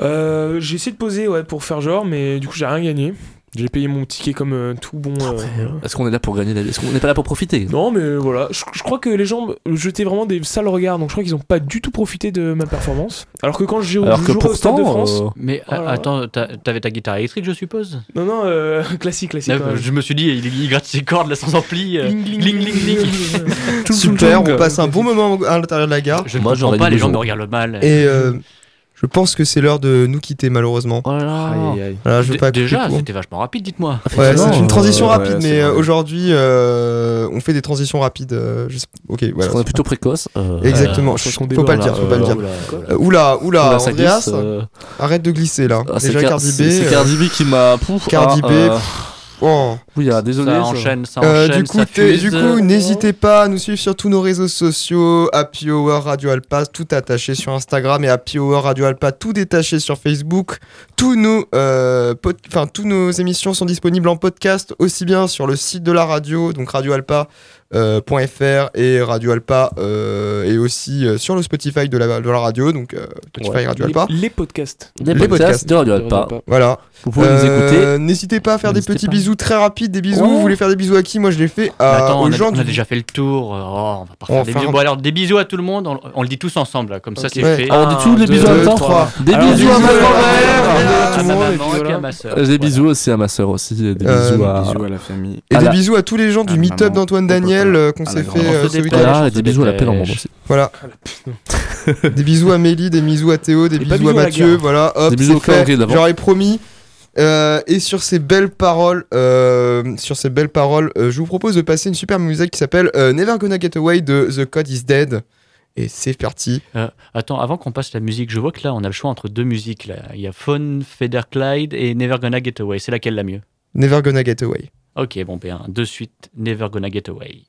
E: Euh, j'ai essayé de poser ouais, pour faire genre, mais du coup, j'ai rien gagné. J'ai payé mon ticket comme euh, tout bon. euh,
D: Est-ce qu'on est là pour gagner la vie Est-ce qu'on n'est pas là pour profiter
E: Non, mais voilà, je, je crois que les gens me jetaient vraiment des sales regards, donc je crois qu'ils ont pas du tout profité de ma performance. Alors que quand je joue
D: Alors que
E: au Stade
D: pourtant.
E: de France.
D: euh,
G: Mais
E: Oh là
G: a-
E: là.
G: attends, t'as- t'avais ta guitare électrique, je suppose
E: Non, non, euh, classique, classique.
G: Là,
E: quand même.
G: Je me suis dit, il, il gratte ses cordes, là, sans ampli. euh,
E: Ling,
G: ling,
E: ling,
G: ling, ling.
C: Super, on passe un bon moment à l'intérieur de la gare.
G: Je ne
D: Moi,
G: comprends
D: j'aurais
G: pas,
D: dit
G: les
D: le
G: gens
D: jour.
G: me regardent mal.
C: Et euh, je pense que c'est l'heure de nous quitter, malheureusement.
D: Oh là
C: Ah.
D: là.
E: Aïe, aïe.
C: Voilà, je veux
G: D-
C: pas couper
G: Déjà,
C: court.
G: c'était vachement rapide, dites-moi.
C: Ouais,
D: Non,
C: c'est une transition
F: euh,
C: rapide,
F: ouais, c'est
C: mais
F: vrai.
C: euh, aujourd'hui, euh, on fait des transitions rapides. euh, je sais- Ok, voilà.
D: Parce qu'on est plutôt précoce. euh,
C: Exactement,
E: Euh,
C: chut,
E: faut qu'on
C: faut pas le
E: dévore,
C: dire,
E: là,
C: faut pas le
E: euh,
C: dire.
E: oula.
C: Euh, Oula, oula,
D: oula, ça
C: Andreas,
D: glisse, euh,
C: arrête de glisser là.
D: ah, c'est
C: Déjà
D: Car-
C: Cardi B.
D: c'est- C'est
C: euh,
D: Cardi B qui m'a. Pouf,
C: Cardi
D: ah,
C: B,
D: euh,
C: oh.
D: Oui, ah, désolé.
G: ça
D: ça.
G: enchaîne, ça
C: Euh,
G: enchaîne,
C: du coup,
G: ça
C: t'es-
G: fuse.
C: du coup, n'hésitez pas à nous suivre sur tous nos réseaux sociaux, Happy Hour Radio Alpa, tout attaché sur Instagram et Happy Hour Radio Alpa, tout détaché sur Facebook. Tous nos, euh, pod- enfin, tous nos émissions sont disponibles en podcast, aussi bien sur le site de la radio, donc euh, radioalpa.fr et Radio Alpa, euh, et aussi euh, sur le Spotify de la, de la radio, donc euh, Spotify
E: les,
C: Radio Alpa.
E: les podcasts.
D: euh, Des
C: Les
D: podcasts de Radio
E: J'aurais
D: Alpa.
E: pas.
C: Voilà.
D: Vous pouvez nous
C: Euh,
D: écouter.
C: N'hésitez pas à faire des
D: N'hésitez
C: petits
D: pas.
C: bisous très rapides, des bisous.
D: Oh.
C: Vous voulez faire des bisous à qui Moi, je les fais
G: Mais
C: à,
G: Bah, attends,
C: aux
G: on, a,
C: gens
G: on a
C: du
G: déjà fait le tour. euh, oh, on va pas
C: On va
G: refaire des
C: faire
G: bisous.
C: un-
G: Bon, alors, des bisous à tout le monde. On, on le dit tous ensemble, là, comme ça, c'est
C: Ouais.
G: fait.
D: Ah, on dit tous les
E: deux,
D: bisous en même
C: deux,
D: temps.
C: trois.
D: Des
E: Alors,
D: bisous à ma
E: bisous à la
D: grand-mère.
E: grand-mère.
G: à
E: tout le
G: Ah, ma
E: monde, et
G: maman
E: puis
G: et puis à
E: voilà.
G: ma soeur.
D: Des bisous aussi à ma sœur aussi. et Des
C: Euh,
D: bisous
F: Des
D: à.
F: bisous à la famille.
C: Et
D: À
C: des
D: la-
C: bisous à tous les gens du
F: la
C: meet-up
F: maman,
C: d'Antoine
F: au papa,
C: Daniel euh, qu'on
F: à la
C: s'est
F: grand-mère.
C: fait euh,
G: On se
C: ce week-end.
G: dépêche.
D: Voilà, et des bisous à la pelle en
G: dépêche.
D: monde aussi.
C: Voilà. des bisous à Mélie, des bisous à Théo, des
E: Et pas
C: bisous à
E: bisous à la
C: Mathieu.
E: gare.
C: Voilà, hop,
D: Des bisous
C: c'est
D: au calendrier
C: fait.
D: d'avant.
C: J'aurais promis. Euh, et sur ces belles paroles, euh, sur ces belles paroles, euh, je vous propose de passer une super musique qui s'appelle euh, Never Gonna Get Away de The Code Is Dead. Et c'est parti.
G: Euh, attends, avant qu'on passe la musique, je vois que là, on a le choix entre deux musiques. Là. Il y a Phone, Feder Clyde et Never Gonna Get Away. C'est laquelle la mieux
C: Never Gonna Get Away.
G: Ok, bon, ben, de suite, Never Gonna Get Away.